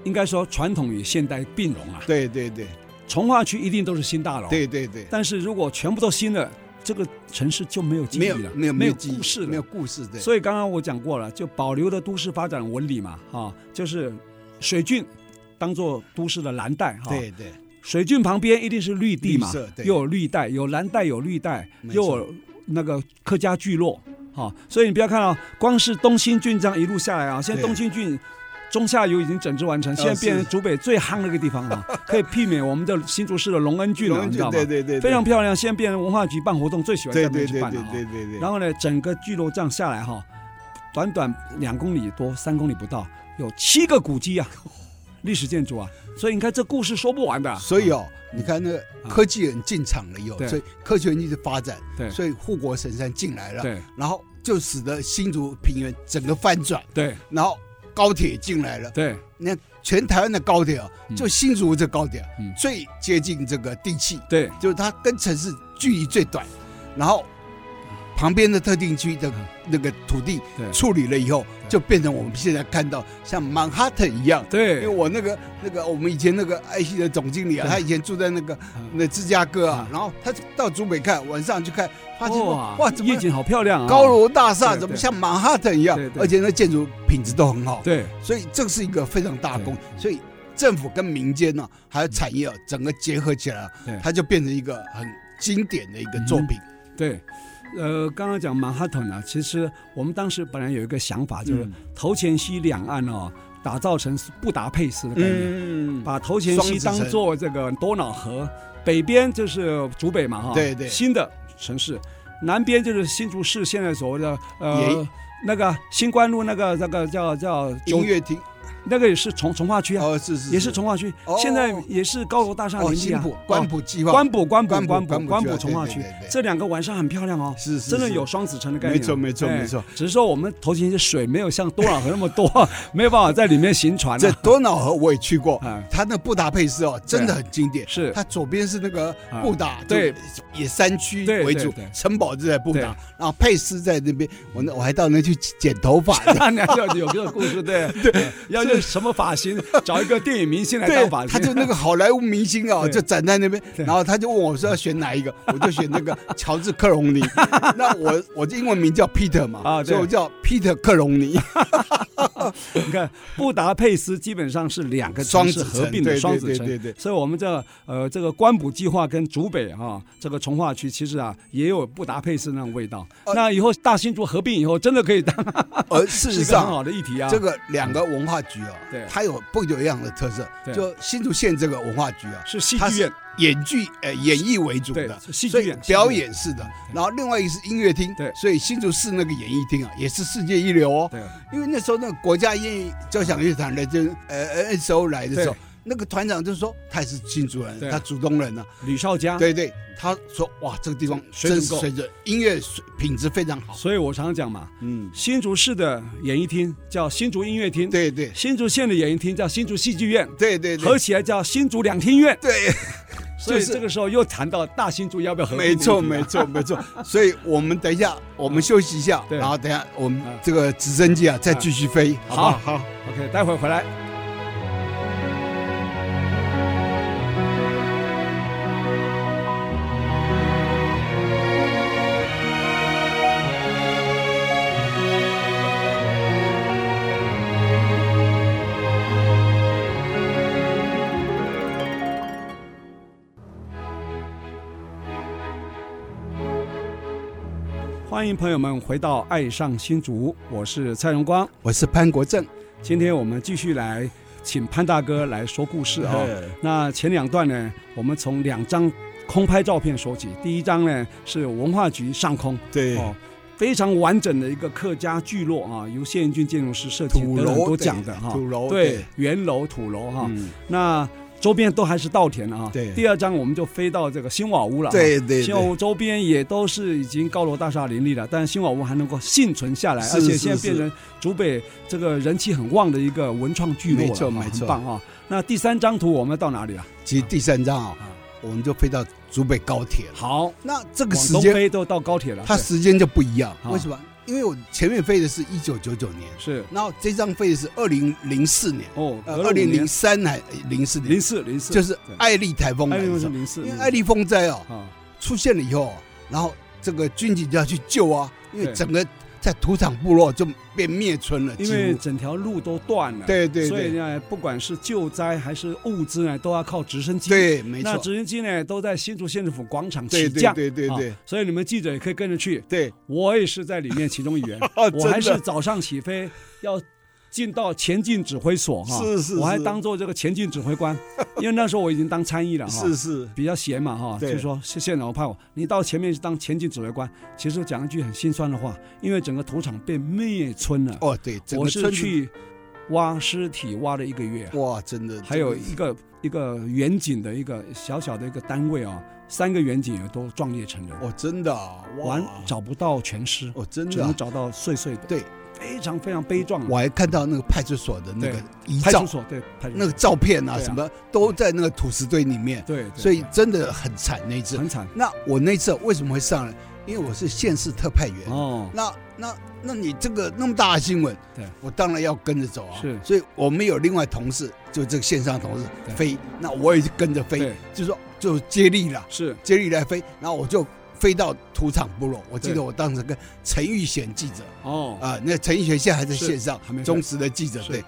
A: 应该说传统与现代并融啊。
B: 对对对
A: 从化区一定都是新大楼，
B: 对对对。
A: 但是如果全部都新的，这个城市就没有记忆
B: 没有
A: 了，
B: 没有
A: 没有
B: 记忆
A: 故事了，
B: 没有故事对。
A: 所以刚刚我讲过了，就保留了都市发展纹理嘛，哈、就是水郡当做都市的蓝带哈、
B: 对对
A: 水郡旁边一定是绿地嘛
B: 绿色，对
A: 又有绿带，有蓝带，有绿带，
B: 没
A: 又
B: 错
A: 有那个客家聚落，哈、所以你不要看啊、光是东兴郡这样一路下来啊，现在
B: 对哦
A: 东兴郡。中下游已经整治完成，现在
B: 是
A: 变成竹北最夯的一个地 方啊，可以媲美我们的新竹市的隆恩郡了、
B: 龙
A: 你知
B: 俊
A: 道吗
B: 对？对对，
A: 非常漂亮，现在变成文化局办活动最喜欢在
B: 对
A: 那边
B: 对
A: 去
B: 对
A: 办
B: 对
A: 了、啊。
B: 对对对。
A: 然后呢，整个巨楼这样下来哈，短短两公里多，三公里不到，有七个古迹 啊，历史建筑啊，所以你看这故事说不完的啊。
B: 所以哦，你看那个
A: 啊
B: 科技人进场了以后
A: 对，
B: 所以科学人一直发展，
A: 对
B: 所以护国神山进来了，
A: 对
B: 然后就使得新竹平原整个翻转，
A: 对
B: 然后高铁进来了，
A: 对
B: 你看全台湾的高铁啊
A: 嗯，
B: 就新竹这高铁啊
A: 嗯
B: 最接近这个地气，
A: 对，
B: 就是它跟城市距离最短，然后旁边的特定区的
A: 嗯
B: 那个土地
A: 对
B: 处理了以后，
A: 对
B: 就变成我们现在看到像曼哈顿一样。因为
A: 对
B: 哎我那个那个我们以前那个爱惜的总经理啊，
A: 对
B: 他以前住在那个
A: 嗯
B: 那芝加哥啊
A: 嗯，
B: 然后他到竹北看，晚上去看，发现
A: 哇
B: 哇，怎么
A: 夜景好漂亮啊！
B: 高楼大厦
A: 对
B: 怎么
A: 对
B: 像曼哈顿一样
A: 对，对
B: 而且那建筑品质都很好。
A: 对
B: 所以这是一个非常大的功
A: 对，
B: 所以政府跟民间呢、还有产业、啊、整个结合起来啊
A: 对，
B: 它就变成一个很经典的一个作品。
A: 对，呃，刚刚讲曼哈顿啊，其实我们当时本来有一个想法，就是
B: 嗯
A: 头前溪两岸哦，打造成布达佩斯的概念。
B: 嗯，
A: 把头前溪当做这个多瑙河，北边就是竹北嘛哈，
B: 对对
A: 新的城市，南边就是新竹市现在所谓的
B: 也
A: 呃那个新关路那个那个叫叫
B: 音
A: 九
B: 乐厅
A: 那个也是从从化区啊，
B: 哦，是是，
A: 也是从化区
B: 哦，
A: 现在也是高楼大厦
B: 哦
A: 林地
B: 新
A: 啊
B: 浦，
A: 哦
B: 官埔计划，
A: 关埔关埔
B: 关
A: 关
B: 埔
A: 埔
B: 关
A: 关
B: 埔
A: 埔
B: 计
A: 从
B: 划
A: 化
B: 对
A: 区
B: 对对对，
A: 这两个晚上很漂亮哦，
B: 是是
A: 真的
B: 是
A: 有双子城的概念啊，
B: 没错没错
A: 哎
B: 没错
A: 只是说我们头前的水没有像多瑙河那么多， 没有办法在里面行船
B: 这
A: 啊。
B: 多瑙河我也去过，
A: 啊，
B: 它那布达佩斯哦，真的很经典。
A: 是
B: 它左边是那个布达，
A: 嗯对，
B: 以山区
A: 对
B: 为
A: 对
B: 主
A: 对，
B: 城堡就在布
A: 对
B: 达，然后佩斯在那边，我那我还到那去剪头 发。
A: 那你要有这个故事， 对对，要用什么发型，找一个电影明星来
B: 对
A: 当，发型，
B: 他就那个好莱坞明星啊，
A: 对
B: 就站在那边，
A: 对
B: 然后他就问我说要选哪一个， 我就选那个乔治克 隆尼。那我我的英文名叫 Peter 嘛，
A: 啊对
B: 所以我叫 Peter 克 隆尼，
A: 你看布达佩斯基本上是两个
B: 双
A: 城
B: 子
A: 市
B: 城
A: 合并的
B: 对
A: 双子
B: 对
A: 城，
B: 对对对
A: 所以我们这呃这个关埔计划跟竹北哈、这个从化区其实啊也有布达佩斯那种味道。
B: 呃
A: 那以后大新竹合并以后，真的可以当
B: 而事
A: 是
B: 实
A: 一个很
B: 上
A: 好的议题啊。嗯
B: 这个两个文化局啊
A: 对，
B: 它有不一样的特色。
A: 对
B: 就新竹县这个文化局啊，
A: 是戏
B: 它
A: 剧
B: 是
A: 院，
B: 演剧呃演绎为主
A: 对
B: 的，，
A: 是戏
B: 所
A: 剧
B: 以
A: 院嗯
B: 表。演式的。然后另外一个是音乐厅，
A: 对
B: 所以新竹市那个演艺厅啊，也是世界一流哦。
A: 对
B: 因为那时候那个国家音交响乐团来就呃 N S O 来的时候
A: 对，
B: 那个团长就说他也是新竹人，
A: 对
B: 他主动人呐、
A: 吕少佳，
B: 对对，他说哇，这个地方
A: 水准
B: 真是
A: 够
B: 水准，音乐水品质非常好。
A: 所以我常讲嘛，
B: 嗯，
A: 新竹市的演艺厅叫新竹音乐厅，
B: 对对
A: 新竹县的演艺厅叫新竹戏剧院，
B: 对对
A: 合
B: 对
A: 起来叫新竹两厅院。
B: 对。
A: 所以
B: 就是
A: 这个时候又谈到大新竹要 不要合并的
B: 没
A: 议题
B: 错，
A: 啊
B: 没错，没错。所以我们等一下，我们休息一下，
A: 对
B: 然后等一下我们
A: 嗯
B: 这个直升机啊再继续飞，好不好？好。
A: OK，待会儿回来。欢迎朋友们回到《爱上新竹》，我是蔡荣光。
B: 我是潘国正，
A: 今天我们继续来请潘大哥来说故事啊、
B: 哎
A: 那前两段呢，我们从两张空拍照片说起。第一张呢是文化局上空
B: 对
A: 哦，非常完整的一个客家聚落啊，由谢元俊建筑师设计，
B: 土
A: 得了很
B: 楼
A: 多奖的哈、
B: 土楼
A: 对，圆楼土楼哈、
B: 嗯
A: 那周边都还是稻田啊。
B: 对
A: 第二张我们就飞到这个新瓦屋了、啊。
B: 对对
A: 新
B: 对
A: 瓦屋周边也都是已经高楼大厦林立了，但新瓦屋还能够幸存下来，
B: 是
A: 而且
B: 是
A: 现在变成竹北这个人气很旺的一个文创聚落了，
B: 没错
A: 啊
B: 没错
A: 很棒啊！那第三张图我们要到哪里啊？
B: 其实第三章啊
A: 啊，
B: 我们就飞到竹北高铁了。
A: 好，
B: 那这个
A: 往
B: 时
A: 东
B: 间，
A: 飞都到高铁了，
B: 它
A: 对
B: 时间就不一样，
A: 啊
B: 为什么？因为我前面飞的是一九九九年，
A: 是
B: 然后这张飞的是二零零四年，
A: 哦，
B: 呃，
A: 隔了
B: 二
A: 五
B: 零
A: 年
B: 零三还零四
A: 零
B: 年，
A: 四零四，
B: 就是
A: 对
B: 艾丽台风
A: 艾
B: 来
A: 丽风
B: 的时
A: 是
B: 候，
A: 零四，
B: 因为
A: 嗯
B: 艾丽风灾哦
A: 啊
B: 出现了以后，然后这个军警就要去救啊，因为
A: 对
B: 整个在土场部落就被灭村了，
A: 因
B: 几
A: 为
B: 乎
A: 整条路都断了，，
B: 对对
A: 所以
B: 对
A: 呢，不管是救灾还是物资呢，都要靠直升机。
B: 对，没
A: 那
B: 错，
A: 直升机呢，都在新竹县政府广场
B: 对
A: 起
B: 对
A: 降，
B: 对对对
A: 啊，所以你们记者也可以跟着去。
B: 对，
A: 我也是在里面其中一 员，
B: 哦
A: 我还是早上起飞要进到前进指挥所哈，
B: 是是
A: 我还
B: 是
A: 当做这个前进指挥官，因为那时候我已经当参议了哈。
B: 是是，
A: 比较闲嘛哈，
B: 对
A: 就说县县长派我，你到前面去当前进指挥官。其实讲一句很心酸的话，因为整个土场被灭村了，
B: 哦对，整
A: 我
B: 个
A: 是
B: 村子
A: 去挖尸体挖了一个月啊，
B: 哇，真的，
A: 还有
B: 这个
A: 一个一个远景的一个小小的一个单位啊，三个远景也都壮烈成人，
B: 哦，真的啊，哇
A: 完找不到全尸，
B: 哦，真
A: 只
B: 的啊
A: 能，找到碎碎的，
B: 对，
A: 非常非常悲壮啊。
B: 我还看到那个派出所的那个
A: 对
B: 遗
A: 派
B: 照
A: 出，所对派出所
B: 那个照片啊，
A: 对啊
B: 什么都在那个土石堆里面，
A: 对，对
B: 所以真的很惨那一
A: 对
B: 次。
A: 很惨
B: 那我那次为什么会上来？因为我是县市特派员，
A: 哦，
B: 那那那你这个那么大的新闻，
A: 对
B: 我当然要跟着走啊。
A: 是
B: 所以我们有另外同事，就这个线上同事
A: 对
B: 飞，那我也就跟着飞
A: 对，
B: 就说就接力了，
A: 是
B: 接力来飞，然后我就飞到土场部落。我记
A: 对
B: 得我当时跟陈玉贤记者
A: 哦，
B: 啊、那陈玉贤现在还在线上
A: 还没，飞
B: 忠实的记者
A: 是
B: 对，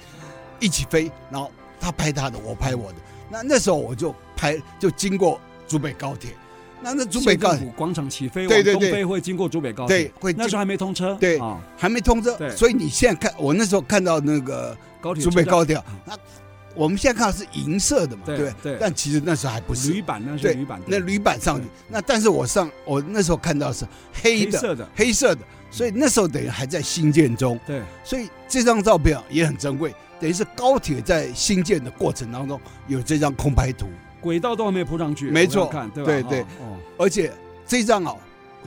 B: 一起飞，然后他拍他的，我拍我的。那那时候我就拍，就经过竹北高铁，那那竹北高
A: 县
B: 铁
A: 政府广场起飞，
B: 对对
A: 往东
B: 对
A: 飞会经过竹北高
B: 对
A: 铁，
B: 会
A: 那时
B: 经
A: 候还没通车，
B: 对
A: 啊，
B: 还没通车
A: 对，
B: 所以你现在看我那时候看到那个
A: 高铁
B: 竹北
A: 车站
B: 高铁，那我们现在看到是银色的嘛，对
A: 嗯对
B: 不对？
A: 对
B: 但其实那时候还不
A: 铝
B: 是，
A: 板那是
B: 对
A: 铝板，
B: 那
A: 对
B: 铝板上去
A: 对，
B: 那但是我上我那时候看到是黑
A: 黑
B: 的，
A: 色的，嗯
B: 黑色的，所以那时候等于还在兴建中，
A: 对，
B: 所以这张照片啊也很珍贵，等于是高铁在兴建的过程当中有这张空拍图，
A: 轨道都还没铺上去，
B: 没错
A: 我要看对吧？
B: 对对
A: 哦，
B: 而且这张啊，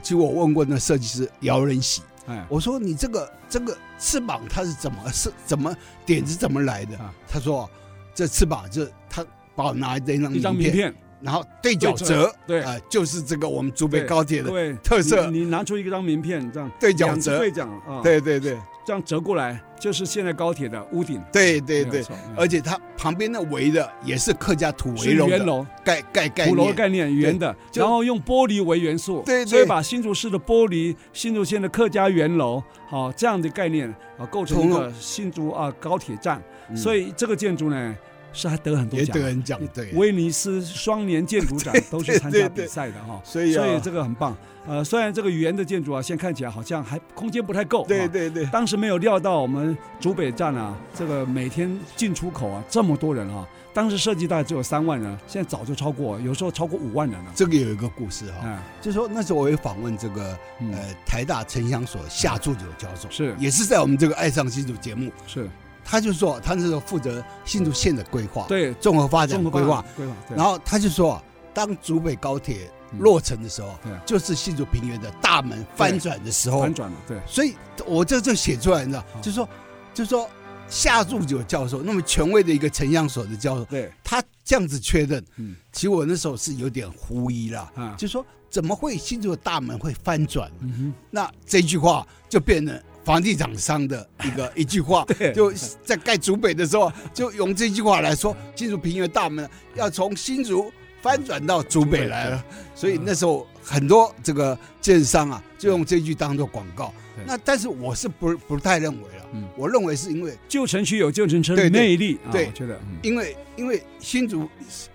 B: 其实我问过那设计师姚仁喜，
A: 哦哎，
B: 我说你这个这个翅膀它是怎么是怎么点子怎么来的
A: 啊？
B: 他说啊这翅膀就是他把我拿这张
A: 一张
B: 名
A: 名
B: 片，
A: 片，
B: 然后对角
A: 对
B: 折，
A: 对
B: 啊，就是这个我们竹北
A: 对
B: 高铁的
A: 对，
B: 特色
A: 你你拿出一张名片，这样
B: 对角
A: 两只
B: 折
A: 对，讲啊，，
B: 对对对
A: 这样折过来就是现在高铁的屋顶，
B: 对对
A: 没有
B: 对，
A: 错，
B: 而且它旁边的围的也是客家土
A: 是
B: 围楼
A: 圆
B: 的
A: 楼，
B: 盖盖概
A: 鼓楼
B: 念，
A: 概念圆的，
B: 就
A: 然后用玻璃为元素，
B: 对对
A: 所以把新竹市的玻璃、新竹县的客家圆楼，好、这样的概念啊，构成一
B: 从
A: 个新竹啊高铁站，
B: 嗯
A: 所以这个建筑呢是还得很多
B: 也
A: 奖
B: 得。人讲对，
A: 威尼斯双年建筑 展都是参加比赛的哈、
B: 所以啊
A: 所以这个很棒。呃，虽然这个圆的建筑啊，现在看起来好像还空间不太够，
B: 对
A: 哈
B: 对对
A: 当时没有料到我们竹北站啊，这个每天进出口啊这么多人啊，当时设计大概只有三万人，现在早就超过，有时候超过五万人了。
B: 这个有一个故事哈，
A: 啊，
B: 就说那时候我也访问这个
A: 嗯，
B: 呃台大城乡所夏助理教授，
A: 是
B: 也是在我们这个爱上新竹节目，
A: 是，
B: 他就说他那时候负责新竹县的规划，，
A: 对，
B: 综合发展
A: 综合
B: 规划，
A: 啊规划，对
B: 然后他就说啊，当竹北高铁
A: 嗯
B: 落成的时候
A: 对，
B: 就是新竹平原的大门翻转的时候
A: 反，转了，对，
B: 所以我这就写出来，你知道，就说就说夏祝九教授那么权威的一个城乡所的教授，
A: 对，
B: 他这样子确认，
A: 嗯
B: 其实我那时候是有点狐疑啦，
A: 啊，
B: 就说怎么会新竹的大门会翻转？
A: 嗯
B: 那这句话就变成房地产商的一个 一句话，
A: 对
B: 就在盖竹北的时候，就用这句话来说，新竹平原大门要从新竹翻转到竹北来了。所以那时候很多这个建商啊，就用这句当做广告
A: 对。
B: 那但是我是不不太认为了
A: 嗯，
B: 我认为是因为
A: 哼，旧城区有旧城区的
B: 对对
A: 魅力，啊
B: 对
A: 我觉得，嗯
B: 因为因为新竹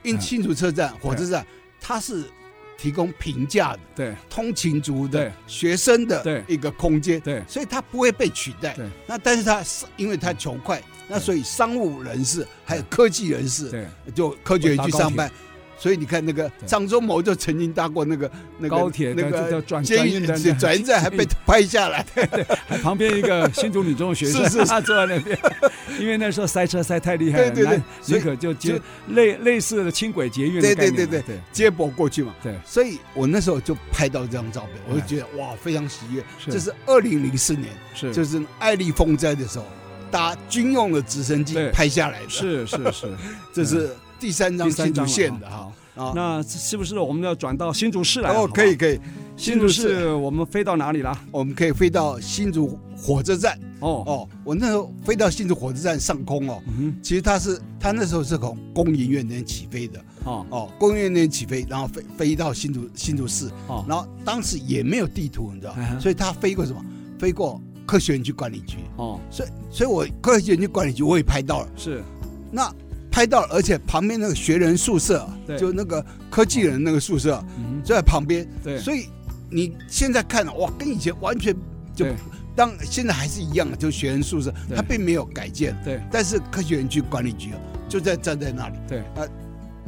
B: 因
A: 嗯
B: 新竹车站火车站它是提供平价的。
A: 对
B: 通勤族的
A: 对
B: 学生
A: 对
B: 的一个空间，
A: 对
B: 所以它不会被取代
A: 对。嗯
B: 那但是它是因为它求快，那所以商务人士还有科技人士
A: 对，
B: 就科技人去上班，所以你看那个
A: 对
B: 张忠谋就曾经搭过那个那个
A: 高铁的
B: 那
A: 就叫
B: 个
A: 转
B: 监
A: 转
B: 狱
A: 运站
B: 是转运站还被拍下来，
A: 还旁 边一个新竹女中的学生，
B: 是是
A: 他坐在那边， 因为那时候塞车塞太厉害了，
B: 对对对
A: 那
B: 所以
A: 宁可就接
B: 就
A: 类类似的轻轨捷运的
B: 对
A: 概
B: 对
A: 念嘛，
B: 对
A: 对
B: 接驳过去嘛。
A: 对
B: 所以我那时候就拍到这张照片，我就觉得哇，非常喜悦。这是二零零四年，
A: 是
B: 就是爱丽风灾的时候，搭军用的直升机
A: 对
B: 拍下来的。
A: 是是是，
B: 这是第三张
A: 第
B: 新
A: 三
B: 竹
A: 张
B: 县
A: 线
B: 的哈
A: 哈。
B: 啊。
A: 那是不是我们要转到新竹市来了？
B: 哦，
A: 好吧
B: 可以，可以，
A: 新竹
B: 新竹
A: 市我们飞到哪里了？
B: 我们可以飞到新竹火车站
A: 哦，
B: 哦。我那时候飞到新竹火车站上空哦，
A: 嗯
B: 其实它是它那时候是从工研院那边起飞的
A: 哼，哦
B: 哦，工研院那边起飞，然后飞飞到新竹新竹市，
A: 哦，
B: 然后当时也没有地图，你知道
A: 嗯，哼
B: 所以它飞过什么？飞过科学园区管理局，
A: 哦，
B: 所以所以我科学园区管理局我也拍到了，
A: 是
B: 那拍到了，而且旁边那个学人宿舍啊
A: 对，
B: 就那个科技人那个宿舍
A: 嗯哼
B: 就在旁边，
A: 对，
B: 所以你现在看哇，跟以前完全就
A: 对
B: 当现在还是一样的，就学生宿舍
A: 对
B: 它并没有改建，
A: 对
B: 但是科学园区管理局啊就在站在那里。
A: 对
B: 啊，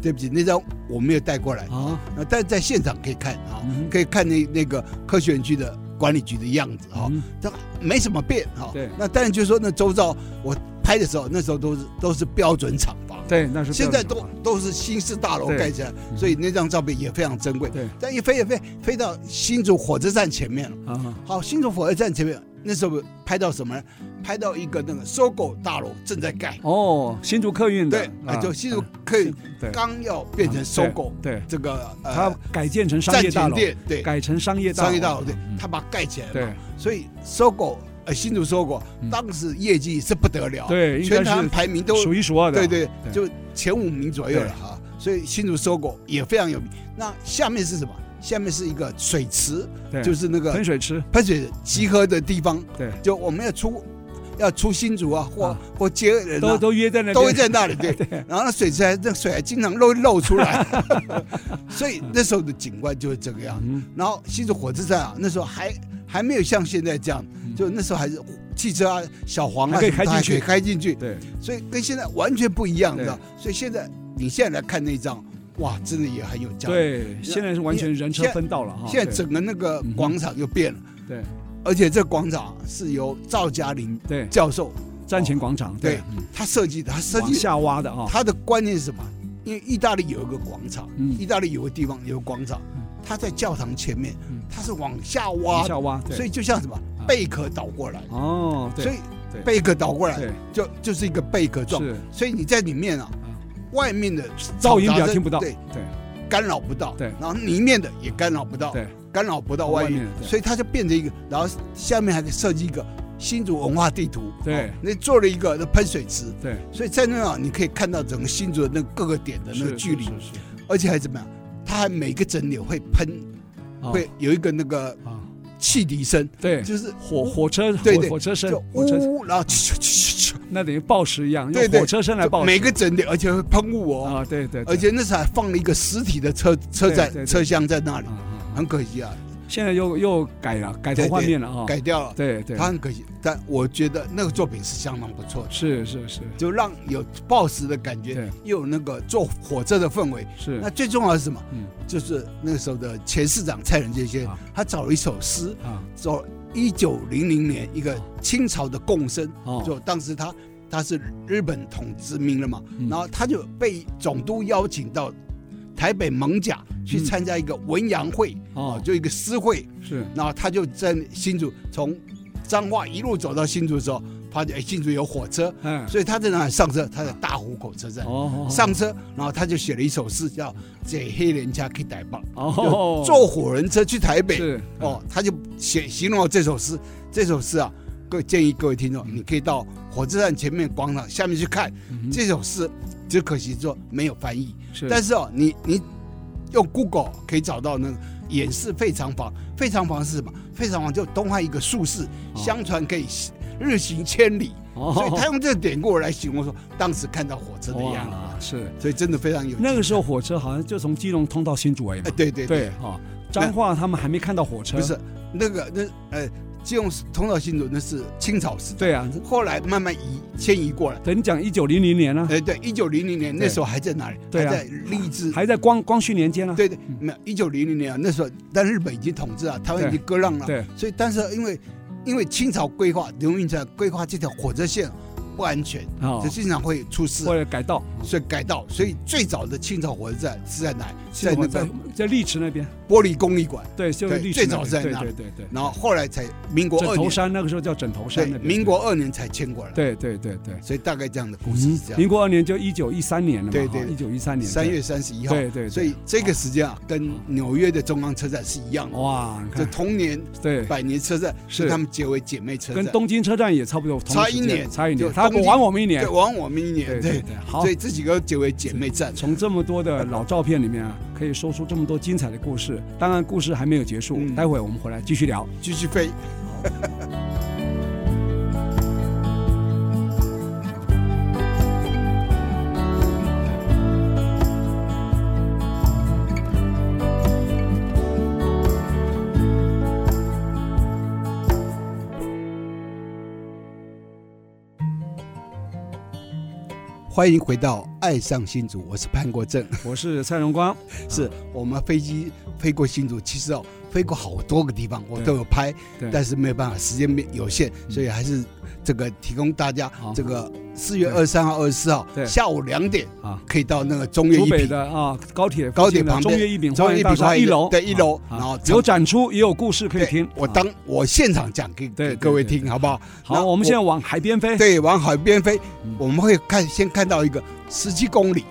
B: 对不起，那张我没有带过来，
A: 啊，
B: 啊，但是在现场可以看啊
A: 嗯哼，
B: 可以看那那个科学园区的管理局的样子啊，
A: 嗯
B: 这没什么变哈。
A: 对
B: 那当然就是说那周遭我拍的时候，那时候都是都是标准厂房。
A: 对，那是嗯
B: 现在都
A: 标准
B: 都是新式大楼
A: 对
B: 盖起来，所以那张照片也非常珍贵。
A: 对
B: 但一飞也飞飞到新竹火车站前面了。
A: 化啊，
B: 好，新竹火车站前面那时候拍到什么呢？拍到一个那个搜狗大楼正在盖，
A: 哦，新竹客运的
B: 对，，
A: 啊
B: 啊，就新竹可以
A: 对
B: 刚要变成搜狗
A: 啊对，对
B: 这个
A: 它
B: 呃
A: 改建成商
B: 站
A: 业大
B: 前
A: 楼，
B: 店，对，
A: 改成商业大楼，
B: 商业大楼对
A: 嗯，
B: 他把它盖起来
A: 对
B: 了，所以搜狗呃新竹搜狗
A: 嗯
B: 当时业绩是不得了，
A: 对，应该
B: 全台
A: 是
B: 湾排名都
A: 数一数二的，
B: 对对，
A: 对
B: 就前五名左右
A: 对
B: 了哈。所以新竹搜狗也非常有名。那下面是什么？下面是一个水池，
A: 对，
B: 就是那个
A: 喷水池，
B: 喷水集合的地方。
A: 对，
B: 就我们要出要出新竹啊，或
A: 啊
B: 或接人
A: 都
B: 啊，
A: 都约在那边，
B: 都会在那里。 对，然后那水池还那水还经常漏漏出来， 所以那时候的景观就是这个样。
A: 嗯，
B: 然后新竹火车站啊，那时候还还没有像现在这样，
A: 嗯
B: 就那时候还是汽车啊、小黄啊
A: 还可以
B: 什
A: 开
B: 么
A: 进
B: 的还可
A: 去
B: 以开进去。
A: 对，
B: 所以跟现在完全不一样
A: 对
B: 的。所以现在你现在来看那张，哇，真的也很有价值。哦
A: 对，现在是完全人车分道了哈。
B: 现在
A: 对
B: 整个那个广场又变了，
A: 对
B: 而且这广场啊是由赵嘉玲
A: 对，
B: 教授
A: 瞻前广场，
B: 对
A: 对，嗯
B: 他设计的，他设
A: 往
B: 计
A: 下挖的啊，
B: 他的观念是什么？因为意大利有一个广场，
A: 嗯
B: 意大利有个地方有个广场
A: 嗯，
B: 它在教堂前面
A: 嗯，
B: 它是往下挖
A: 往，下挖，对，
B: 所以就像什么
A: 啊
B: 贝壳倒过来，
A: 哦，对，
B: 所
A: 以
B: 以
A: 对
B: 贝壳倒过来
A: 对
B: 就就是一个贝壳状，
A: 是
B: 所以你在里面啊
A: 啊，
B: 外面的
A: 噪音比
B: 嘈杂
A: 较
B: 声
A: 听不到，
B: 对，哦
A: 对，
B: 干扰不到，
A: 对
B: 然后里面的也干扰不到，
A: 对，
B: 干扰不到外
A: 外
B: 面
A: 面的，对
B: 所以它就变成一个，然后下面还得设计一个新竹文化地图，
A: 对
B: 哦那做了一个喷水池，
A: 对，
B: 所以在那啊，你可以看到整个新竹的那个各个点的那个
A: 是
B: 距离，
A: 是是是
B: 而且还怎么样，它还每个整点会喷，
A: 哦
B: 会有一个那个
A: 啊，
B: 汽笛声，
A: 对，
B: 就是
A: 火火车，
B: 对
A: 火
B: 对
A: 火车声
B: 就，
A: 火车
B: 呜，然后咻咻咻咻
A: 那等于报时一样，
B: 对
A: 用
B: 对
A: 火车声来报
B: 咻，
A: 时，
B: 每个整点，而且会喷雾哦，
A: 啊，对对，对
B: 而且那时候还放了一个实体的车车
A: 对对
B: 站
A: 对
B: 车厢在那里
A: 啊，啊啊
B: 很可惜啊，
A: 现在又又改了，改头
B: 对对
A: 换面了啊，
B: 改掉了。
A: 对对
B: 他，很可惜，但我觉得那个作品是相当不错的，
A: 是是是
B: 就让有报时的感
A: 对
B: 觉，又有那个坐火车的氛围。
A: 是
B: 那最重要的是什么？
A: 嗯
B: 就是那个时候的前市长蔡仁杰先生
A: 啊，
B: 他找了一首诗，
A: 啊
B: 找一九零零年一个清朝的贡生，
A: 哦，
B: 就当时他他是日本统殖民了嘛，
A: 嗯
B: 然后他就被总督邀请到台北蒙甲去
A: 嗯
B: 参加一个文洋会，
A: 哦
B: 就一个诗会，
A: 是
B: 然后他就在新竹从彰化一路走到新竹的时候，发觉哎新竹有火车，
A: 嗯
B: 所以他在哪里上车？他在大湖口车站。
A: 哦哦
B: 上车，然后他就写了一首诗，叫《这黑人家去台北》，
A: 哦
B: 就坐火人车去台北。
A: 是
B: 哦，他就写形容了这首诗。这首诗啊，各位建议各位听众，你可以到火车站前面广场下面去看
A: 嗯
B: 这首诗。只可惜说没有翻译，
A: 是
B: 但是哦，你你用 Google 可以找到那个演示废厂房。废厂房是什么？废厂房就东汉一个术士，相传可以日行千里，
A: 哦
B: 所以他用这个典故来形容说当时看到火车的样子，
A: 哇是
B: 所以真的非常有
A: 那个时候火车好像就从基隆通到新竹而已嘛
B: 哎，，对对
A: 对，哈，彰化他们还没看到火车，
B: 不是那个那呃，基隆通道新竹那是清朝时代，
A: 对啊，
B: 后来慢慢移迁移过来。
A: 等你讲一九零零年啊呢，
B: 哎，对，一九零零
A: 嗯
B: 年
A: 对
B: 那时候还在哪里？
A: 对
B: 还
A: 啊
B: 在励志。
A: 还在嗯光光绪年间啊呢，
B: 对对，没有一九零零年啊，那时候，但日本已经统治了，台湾已经割让了，
A: 对
B: 所以但是因为因为清朝规划刘运才规划这条火车线不安全，
A: 哦
B: 就经常会出事，
A: 或者改道，
B: 所以改道。所以最早的清朝火车站是在哪里？是在
A: 在
B: 那
A: 在
B: 个
A: 在历池那边，
B: 玻璃公立馆，
A: 对，就是
B: 对
A: 历
B: 最
A: 池那
B: 早
A: 边
B: 在
A: 对
B: 那
A: 对对对。
B: 然后后来才民国
A: 枕
B: 二
A: 头
B: 年，
A: 山那个时候叫枕头
B: 对
A: 山那，边，
B: 民国二年才迁过来。
A: 对对对对，
B: 所以大概这样的故事是这样。
A: 民国二年就一九一三年了嘛，
B: 对对对
A: 一九一三嗯年
B: 三月三十一号，
A: 对对对
B: 所以这个时间啊，跟纽约的中央车站是一样的，
A: 哇，你
B: 就
A: 看
B: 同年
A: 对，
B: 百年车站
A: 是
B: 是他们结为姐妹车
A: 跟
B: 站，
A: 东京车站也差不多同时
B: 差一
A: 间
B: 年
A: 差一
B: 就
A: 年，他
B: 东京
A: 晚我们一年
B: 对，，往我们一年，
A: 对
B: 对
A: 对，对，好
B: 所。以这几个结为姐妹站，
A: 从这么多的老照片里面啊，可以说出这么多精彩的故事。当然，故事还没有结束，
B: 嗯
A: 待会我们回来继续聊。
B: 继续飞。欢迎回到《爱上新竹》，我是潘国正。
A: 我是蔡荣光，
B: 是我们飞机飞过新竹，其实哦，飞过好多个地方，我
A: 对
B: 都有拍
A: 对，
B: 但是没有办法，时间有限，所以还是这个提供大家
A: 好
B: 这个四月
A: 对
B: 二三号、二十四号
A: 对
B: 下午两点
A: 啊，
B: 可以到那个中原
A: 竹
B: 一
A: 北
B: 品
A: 的啊高铁
B: 高铁
A: 附近的
B: 旁边
A: 中越一品
B: 中
A: 花
B: 越
A: 园
B: 一
A: 大
B: 品
A: 厦
B: 花
A: 一
B: 园
A: 楼，
B: 对一楼
A: 啊啊
B: 然后
A: 有展出，也有故事可以
B: 对
A: 听。
B: 我
A: 啊
B: 当我现场讲给
A: 对
B: 给
A: 对
B: 各位
A: 对
B: 听，好不好？那
A: 好，我们现在往海边飞，
B: 对往海边飞
A: 嗯，
B: 我们会看先看到一个十七公里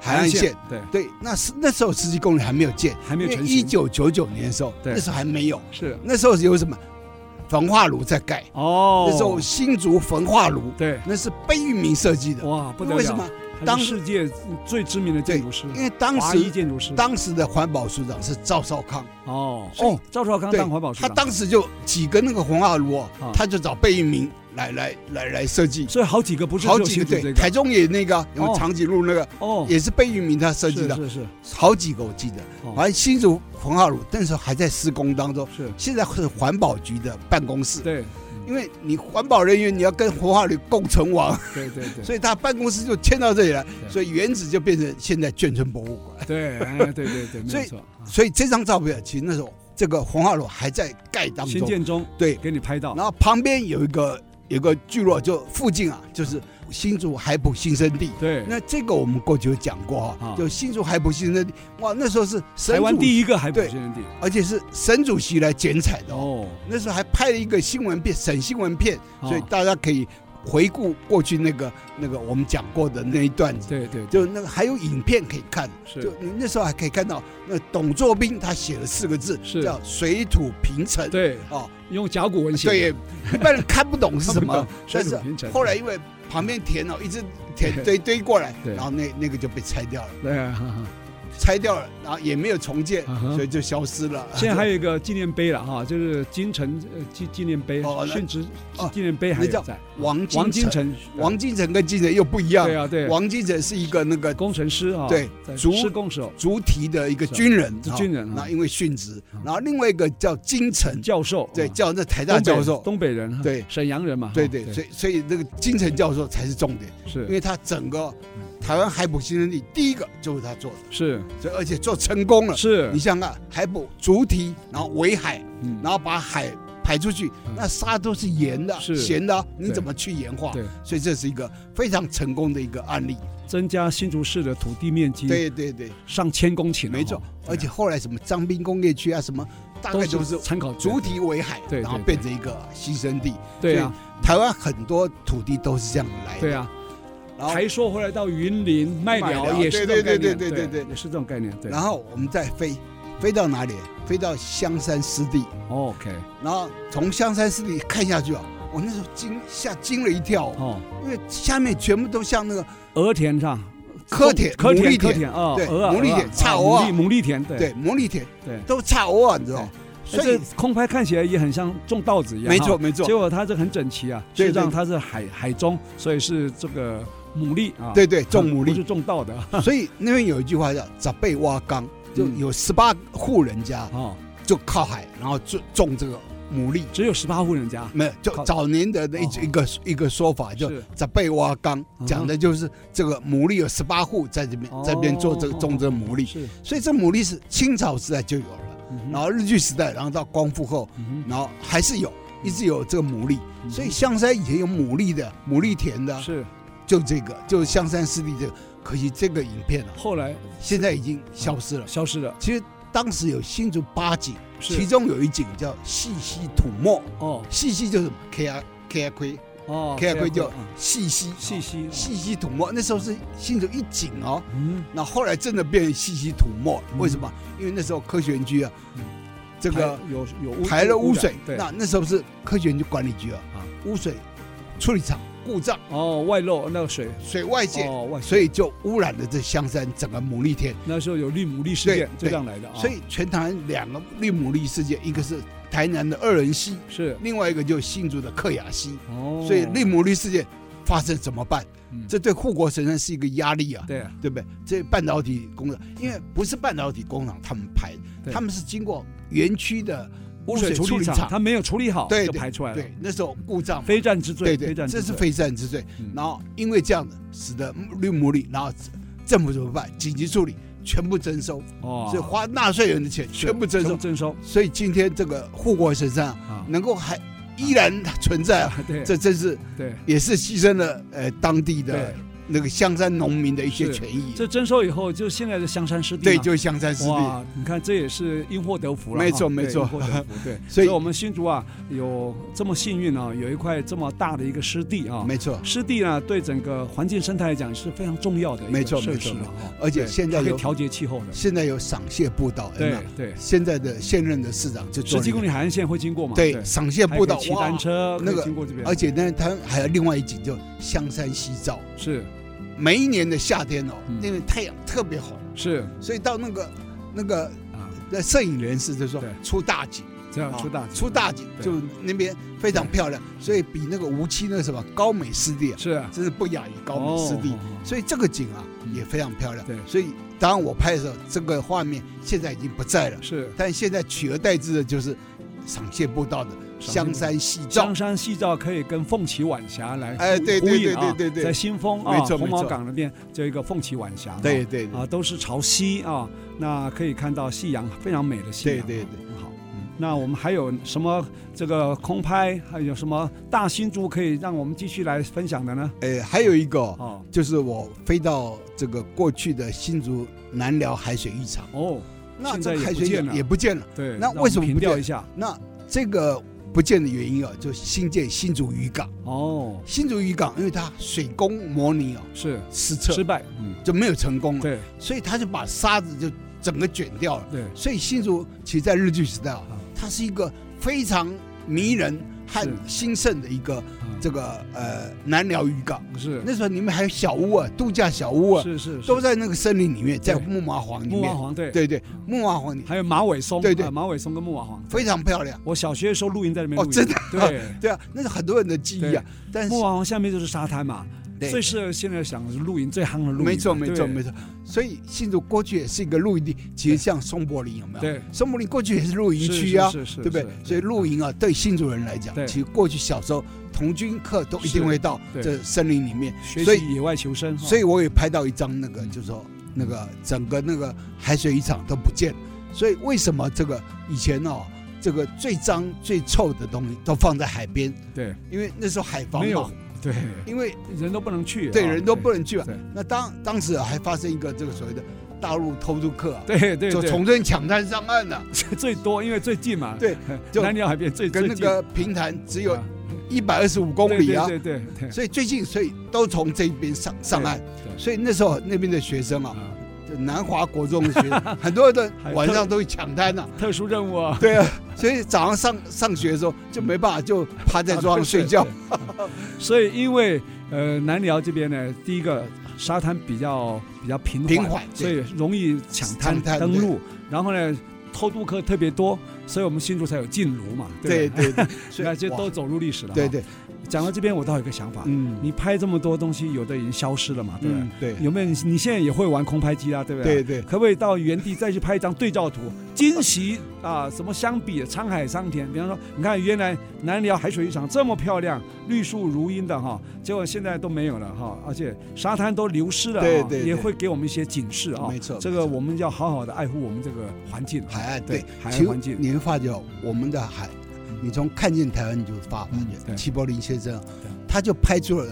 B: 海岸线。，
A: 对，
B: 对，那是那时候十七公里还没有建，
A: 还没有成型
B: 一九九九年的时候，
A: 对
B: 那时候还没有，
A: 是
B: 那时候有什么焚化炉在盖，
A: 哦，
B: 那时候新竹焚化炉，
A: 对，
B: 那是贝聿铭设计的。
A: 哦哇，不得了！
B: 为什么？
A: 他是
B: 当
A: 世界最知名的建筑师，
B: 因为当
A: 华裔
B: 时
A: 建筑师，
B: 当时的环保署长是赵少康，
A: 哦
B: 所以
A: 哦，赵少康
B: 对
A: 当环保署
B: 他
A: 长，
B: 当时就几个那个焚化炉哦
A: 啊，
B: 他就找贝聿铭来来来来设计，
A: 所以好几个不是
B: 好
A: 只有
B: 几个
A: 新竹这
B: 对，台
A: 个
B: 中也那个啊，
A: 哦
B: 有长颈鹿那个
A: 哦，
B: 也是贝聿铭他设计
A: 是
B: 的，
A: 是是
B: 好几个我记得
A: 哦。
B: 反正新竹焚化炉那时候还在施工当中，
A: 是，
B: 现在是环保局的办公室，
A: 对
B: 因为你环保人员你要跟焚化炉共存亡。
A: 对对对。
B: 所以他办公室就迁到这里来，
A: 对
B: 所以原址就变成现在眷村博物馆。
A: 对，哎，对对对，没
B: 所以
A: 有错，啊
B: 所以这张照片其实那时候这个红花楼还在盖当
A: 新
B: 中，
A: 建中
B: 对，
A: 给你拍到
B: 然，后旁边有一个有个聚落，就附近啊，就是新竹海埔新生地。
A: 对，
B: 那这个我们过去有讲过哈、
A: 啊
B: 就新竹海埔新生地，哇，那时候是
A: 台
B: 神
A: 湾
B: 主，
A: 第一个海埔
B: 对
A: 新天地
B: 而且是沈主席来剪彩的哦。
A: 哦，
B: 那时候还拍了一个新闻片，省新闻片，
A: 哦
B: 所以大家可以回顾过去那个那个我们讲过的那一段，
A: 对对对
B: 就那个还有影片可以看。就是你那时候还可以看到，那董作宾他写了四个字，
A: 是
B: 叫“水土平成”。
A: 对，
B: 哦，
A: 用甲骨文写
B: 对
A: 的，，
B: 一般人看不懂是什么，
A: 水
B: 但
A: 土
B: 是
A: 平整
B: 后来因为旁边田哦一直田
A: 对
B: 堆堆过来，
A: 对
B: 然后那那个就被拆掉了，
A: 对啊。哈哈
B: 拆掉了，然后也没有重建，
A: 嗯哼
B: 所以就消失了。
A: 现在还有一个纪念碑了哈，就是金城呃纪纪念碑
B: 哦，那
A: 殉职
B: 哦
A: 纪念碑还
B: 那叫
A: 有在。
B: 王金
A: 王金
B: 城，
A: 城，
B: 王金城跟金城又不一样
A: 对。啊对，
B: 王金城是一个那个
A: 工程师啊，
B: 对
A: 在
B: 竹
A: 施工时候，
B: 足提的一个军人
A: 是，
B: 哦
A: 军人啊
B: 那因为殉职
A: 嗯，
B: 然后另外一个叫金城，
A: 教授
B: 嗯对，
A: 啊
B: 叫那台大
A: 东北
B: 教授，
A: 东北人哈，
B: 对
A: 沈阳人嘛，哈
B: 对对，所以所以那个金城教授才是重点，因
A: 是
B: 为他整个台湾海捕新生地第一个就是他做的，
A: 是
B: 所以而且做成功了。
A: 是
B: 你，想想看，海捕足提，然后围海，
A: 嗯
B: 然后把海排出去
A: 嗯，
B: 那沙都是盐的、
A: 是
B: 咸的啊，你
A: 对
B: 怎么去盐化？
A: 对，
B: 所以这是一个非常成功的一个案例。
A: 增加新竹市的土地面积
B: 对对对，
A: 上千公顷了哈，
B: 没错。
A: 对啊
B: 而且后来什么张滨工业区啊，什么大概都是
A: 参考
B: 主体为海，
A: 对对
B: 然后变成一个牺牲地。
A: 对啊
B: 台湾很多土地都是这样来的。
A: 对，啊，
B: 然后
A: 台说回来到云林麦
B: 麦
A: 寮
B: 寮
A: 也是这
B: 对
A: 种概
B: 对对
A: 念，
B: 对对对对
A: 也是这种概念，对
B: 然后我们再飞，飞到哪里？飞到香山湿地，
A: ，OK，
B: 然后从香山湿地看下去啊，我那时候惊吓惊了一跳哦，
A: 哦，
B: 因为下面全部都像那个
A: 鹅田上，
B: 柯田、
A: 柯
B: 牡蛎
A: 柯
B: 田，
A: 田啊，
B: 对
A: 鹅啊
B: 牡蛎
A: 鹅啊
B: 田差
A: 啊
B: 鹅啊
A: 牡蛎牡蛎田，对
B: 对，牡蛎田
A: 对。
B: 都差偶尔，你知道吗？
A: 哎
B: 所
A: 这
B: 以
A: 空拍看起来也很像种稻子一样，
B: 没
A: 哈
B: 错没错
A: 结，果它这很整齐啊，
B: 对
A: 事实上
B: 对
A: 它是海海中，所以是这个牡蛎啊，
B: 对对，种牡
A: 不
B: 蛎
A: 是。种稻的 啊
B: 所以那边有一句话叫“杂贝挖缸”，就有十八户人家
A: 哦，
B: 就靠海，然后种种这个牡蛎。
A: 只有十八户人家，
B: 没有，就
A: 靠
B: 早年的那一
A: 哦
B: 一个一个说法，就是“杂贝挖缸
A: 嗯哼”，
B: 讲的就是这个牡蛎有十八户在这边
A: 哦
B: 在这边做这个种这个牡蛎，
A: 是，
B: 所以这牡蛎是清朝时代就有了，
A: 嗯哼
B: 然后日据时代，然后到光复后，
A: 嗯
B: 然后还是有一直有这个牡蛎，
A: 哼
B: 所以香山以前有牡蛎的牡蛎田的，
A: 是
B: 就这个就是香山湿地这个，可惜这个影片啊，
A: 后来
B: 现在已经消失了。
A: 消失了，
B: 其实当时有新竹八景，
A: 是
B: 其中有一景叫细溪土墨，
A: 哦
B: 细溪就是 K R K R 亏
A: 哦
B: K R 亏就
A: 嗯
B: 细溪
A: 细溪，
B: 哦细溪土墨，那时候是新竹一景哦，
A: 嗯，
B: 那后来真的变成细溪土墨，
A: 嗯
B: 为什么？因为那时候科学园区啊
A: 嗯，
B: 这个
A: 排有有污
B: 排了污
A: 染
B: 水，
A: 对，
B: 那那时候是科学园区管理局啊
A: 啊，
B: 污水处理厂故障，
A: 哦外漏那个水，
B: 水外泄。
A: 哦外，
B: 所以就污染了这香山整个牡蛎田，
A: 那时候有绿牡蛎事
B: 对
A: 件就
B: 对
A: 这样来的啊，
B: 所以全台湾两个绿牡蛎事件，一个是台南的二人溪，
A: 是
B: 另外一个就是新竹的克雅溪，
A: 哦，
B: 所以利姆利事件发生怎么办？
A: 嗯
B: 这对护国神山是一个压力啊，
A: 对啊
B: 对不对？这半导体工厂，因为不是半导体工厂他们排
A: 对，
B: 他们是经过园区的
A: 污水处理厂，它没有处理好
B: 对
A: 就
B: 对
A: 排出来了，
B: 对，那时候故障嘛，
A: 非战之罪，
B: 对
A: 非
B: 对，
A: 战
B: 这
A: 之
B: 是
A: 罪。
B: 非战之罪。
A: 嗯
B: 然后因为这样子，使得绿牡蛎，然后政府怎么办？紧急处理，全部征收，
A: 哦，
B: 所以花纳税人的钱全部征
A: 全
B: 收
A: 部。征收
B: 所以今天这个护国神山啊
A: 啊，
B: 能够还依然存在啊，
A: 对
B: 这真是。
A: 对，
B: 也是牺牲了呃当地的
A: 对
B: 那个香山农民的一些
A: 是
B: 权益。
A: 这征收以后就现在的香山湿地
B: 对，
A: 嘛
B: 就是香山湿地。
A: 哇，你看这也是因祸得福了哈，
B: 没错
A: 对
B: 没错
A: 因祸得福，对，所
B: 所以
A: 以我们新竹啊有这么幸运啊，有一块这么大的一个湿地啊，
B: 没错，
A: 湿地呢对整个环境生态来讲是非常重要的一
B: 没
A: 个
B: 错
A: 设施
B: 没
A: 了
B: 错
A: 哈，
B: 而且
A: 对
B: 现在
A: 它可以
B: 有
A: 调节气候的，
B: 现在有赏蟹步道，有没有
A: 对对，
B: 现在的现任的市长就做
A: 十
B: 了
A: 几
B: 一个
A: 公里海岸线会经过嘛，
B: 对赏蟹
A: 还
B: 步
A: 可以
B: 道，
A: 骑单，车，可
B: 那
A: 以
B: 个哎
A: 经过这边，
B: 而且呢，它还有另外一景叫香山夕照。
A: 是
B: 每一年的夏天哦
A: 嗯，
B: 因为太阳特别红，
A: 是
B: 所以到那个那个
A: 啊，
B: 那摄影人士就说
A: 对
B: 出大景。
A: 这样
B: 啊
A: 出大
B: 出大景，
A: 对
B: 就那边非常漂亮，所以比那个无期那个什么高美湿地啊，
A: 是啊
B: 真是不亚于高美湿地。
A: 哦哦哦
B: 所以这个景啊
A: 嗯
B: 也非常漂亮。
A: 对
B: 所以当我拍的时候，这个画面现在已经不在了，
A: 是
B: 但现在取而代之的就是赏蟹步道的香山夕照
A: 香。山夕照可以跟凤起晚霞来
B: 哎
A: 呼
B: 对
A: 呼
B: 对
A: 应
B: 对
A: 啊
B: 对对对
A: 在新丰啊
B: 没错
A: 红
B: 没
A: 毛
B: 错
A: 港那边就有一个凤起晚霞，
B: 对对对
A: 啊啊，都是朝西啊，那可以看到夕阳，非常美的夕
B: 对
A: 阳，
B: 对
A: 很好。嗯那我们还有什么这个空拍，还有什么大新竹可以让我们继续来分享的呢？
B: 哎，还有一个哦
A: 哦
B: 就是我飞到这个过去的新竹南寮海水浴场，
A: 哦，
B: 那
A: 现在
B: 这
A: 也
B: 海
A: 不
B: 水浴
A: 见
B: 场
A: 了
B: 也不见了。
A: 对，
B: 那
A: 让我们
B: 为什么
A: 平
B: 不
A: 调
B: 见
A: 一下？
B: 那这个不见的原因啊，就新建新竹渔港。
A: 哦，
B: 新竹渔港，因为它水工模拟哦
A: 是
B: 失
A: 失
B: 策，
A: 败，嗯，
B: 就没有成功了，
A: 对
B: 所以他就把沙子就整个卷掉了。
A: 对，
B: 所以新竹其实，在日据时代啊
A: 啊，
B: 它是一个非常迷人和
A: 是
B: 兴盛的一个
A: 嗯
B: 这个呃南寮渔港。
A: 是
B: 那时候你们还有小屋啊，度假小屋啊，
A: 是是是
B: 都在那个森林里面，在
A: 对
B: 木麻黄里
A: 木麻
B: 面。
A: 黄对，
B: 对对，木麻黄里
A: 还有马尾松，
B: 对对
A: 啊马尾松跟木麻黄。
B: 非常漂亮。
A: 我小学的时候露营在那边
B: 哦
A: 露营，
B: 真的
A: 对。
B: 对啊，那是很多人的记忆啊。但是
A: 木麻黄下面就是沙滩嘛，
B: 对
A: 最适合现在想是露营最夯的露营嘛，
B: 没错没错
A: 对
B: 没错，所以新竹过去也是一个露营地，其实像松柏林有没有？
A: 对，
B: 松柏林过去也是露营
A: 是
B: 区啊，
A: 是是是，
B: 对不对
A: 是？嗯
B: 所以露营啊，对新竹人来讲
A: 对，
B: 其实过去小时候童军课都一
A: 是
B: 定会到
A: 对嗯
B: 这森林里面，
A: 学
B: 所
A: 习
B: 以
A: 野外求生，哈
B: 所以我也拍到一张那个，就是说
A: 嗯
B: 那个整个那个海水浴场都不见了。所以为什么这个以前哦，这个最脏最臭的东西都放在海边？
A: 对，
B: 因为那时候海防
A: 没
B: 嘛
A: 有，对，
B: 因为
A: 人都不能去，
B: 对
A: 哈
B: 人都不能去啊
A: 对。
B: 那当当时啊还发生一个这个所谓的大陆偷渡客啊，
A: 对对
B: 就
A: 对，
B: 从这里抢滩上岸啊了，
A: 最多因为最近嘛，
B: 对，就
A: 南寮海边最
B: 跟
A: 最
B: 那
A: 近
B: 个平潭只有
A: 啊
B: 一百二十五公里啊。
A: 对对对对对
B: 所以最近，所以都从这边上上岸
A: 嗯对，
B: 所以那时候那边的学生啊，
A: 啊，
B: 就南华国中的学生，很多的
A: 还
B: 晚上都会抢 滩呐、
A: 特殊任务啊，
B: 对啊，所以早上上上学的时候就没办法，就趴在桌上睡 觉。
A: 所以因为呃南寮这边呢，第一个沙滩比较比较平
B: 平缓
A: 所以容易抢滩
B: 抢滩
A: 登陆，然后呢偷渡客特别多，所以我们新竹才有禁炉嘛，
B: 对
A: 不
B: 对对，所以
A: 那这都
B: 哇
A: 走入历史了。
B: 对，对，
A: 讲到这边，我倒有一个想法，
B: 嗯
A: 你拍这么多东西，有的已经消失了嘛，对不
B: 嗯
A: 对？
B: 对
A: 有没有？你现在也会玩空拍机啊，对不对？
B: 对对
A: 可不可以到原地再去拍一张对照图，惊喜啊！什么相比沧海桑田？比方说，你看原来南寮海水浴场这么漂亮，绿树如茵的哈，结果现在都没有了哈，而且沙滩都流失了哈，
B: 对对对
A: 也会给我们一些警示啊。
B: 没错
A: 这
B: 没
A: 个
B: 错
A: 我们要好好的爱护我们这个环境啊，
B: 海岸
A: 对
B: 对，
A: 海
B: 其
A: 洋环
B: 实
A: 境。
B: 你会发觉哦我们的海，你从看见台湾你就发发
A: 嗯对
B: 觉，齐柏林先生啊
A: 对
B: 他就拍出了，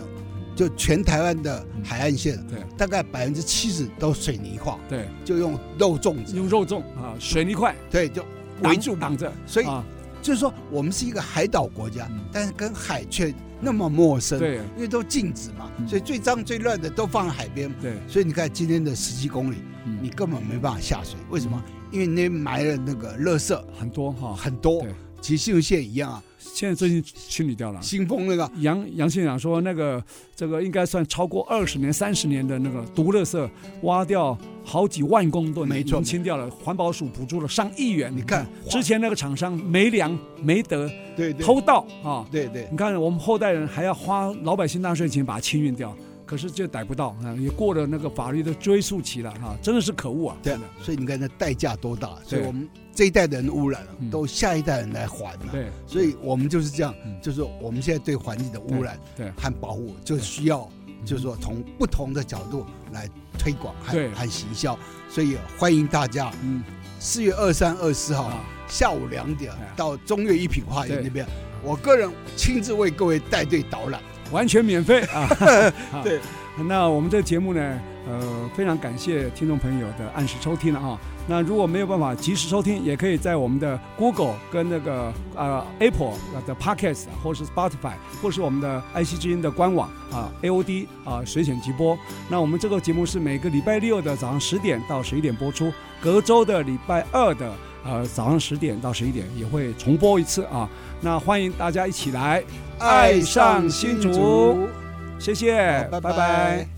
B: 就全台湾的海岸线
A: 对，
B: 大概百分之七十都水泥化，
A: 对，
B: 就用肉粽子，
A: 用肉粽啊，水泥块
B: 对，就
A: 挡
B: 围住
A: 挡着，
B: 所以
A: 啊，
B: 就是说，我们是一个海岛国家
A: 嗯，
B: 但是跟海却那么陌生，，
A: 对
B: 因为都禁止嘛
A: 嗯，
B: 所以最脏最乱的都放在海边嘛。
A: 对，
B: 所以你看今天的十七公里，
A: 嗯
B: 你根本没办法下水，为什么？因为那边埋了那个垃圾
A: 很多哈。
B: 很多
A: 哦对，啊
B: 其实新竹县一样啊，
A: 现在最近清理掉了。
B: 新丰那个
A: 杨杨县长说，那个这个应该算超过二十年、三十年的那个毒垃圾，挖掉好几万公吨，
B: 没错
A: 已经清掉了。环保署补助了上亿元。
B: 你看
A: 之前那个厂商没良没德，
B: 对对
A: 偷盗啊！
B: 对对
A: 你看我们后代人还要花老百姓纳税钱把它清运掉，可是就逮不到啊，也过了那个法律的追溯期了啊，真的是可恶啊！
B: 对
A: 真的，
B: 所以你看那代价多大，所以
A: 对
B: 我们这一代的人污染了
A: 嗯，
B: 都下一代人来还了，
A: 对
B: 所以我们就是这样
A: 嗯，
B: 就是我们现在对环境的污染
A: 对
B: 和保护，就需要就是说从不同的角度来推广
A: 对
B: 和和行销，所以欢迎大家
A: 嗯
B: 四月二三、二四号
A: 啊，
B: 下午两点
A: 哎呀
B: 到中岳一品花园
A: 对
B: 那边，我个人亲自为各位带队导览。
A: 完全免费啊！
B: 对，
A: 那我们这个节目呢，呃，非常感谢听众朋友的按时收听了啊。那如果没有办法及时收听，也可以在我们的 Google 跟那个呃 Apple 的 Podcast，或是 Spotify，或是我们的爱惜之音的官网啊 AOD 啊随选直播。那我们这个节目是每个礼拜六的早上十点到十一点播出，隔周的礼拜二的呃早上十点到十一点也会重播一次啊。那欢迎大家一起来爱上新竹，谢谢，拜
B: 拜
A: 拜
B: 拜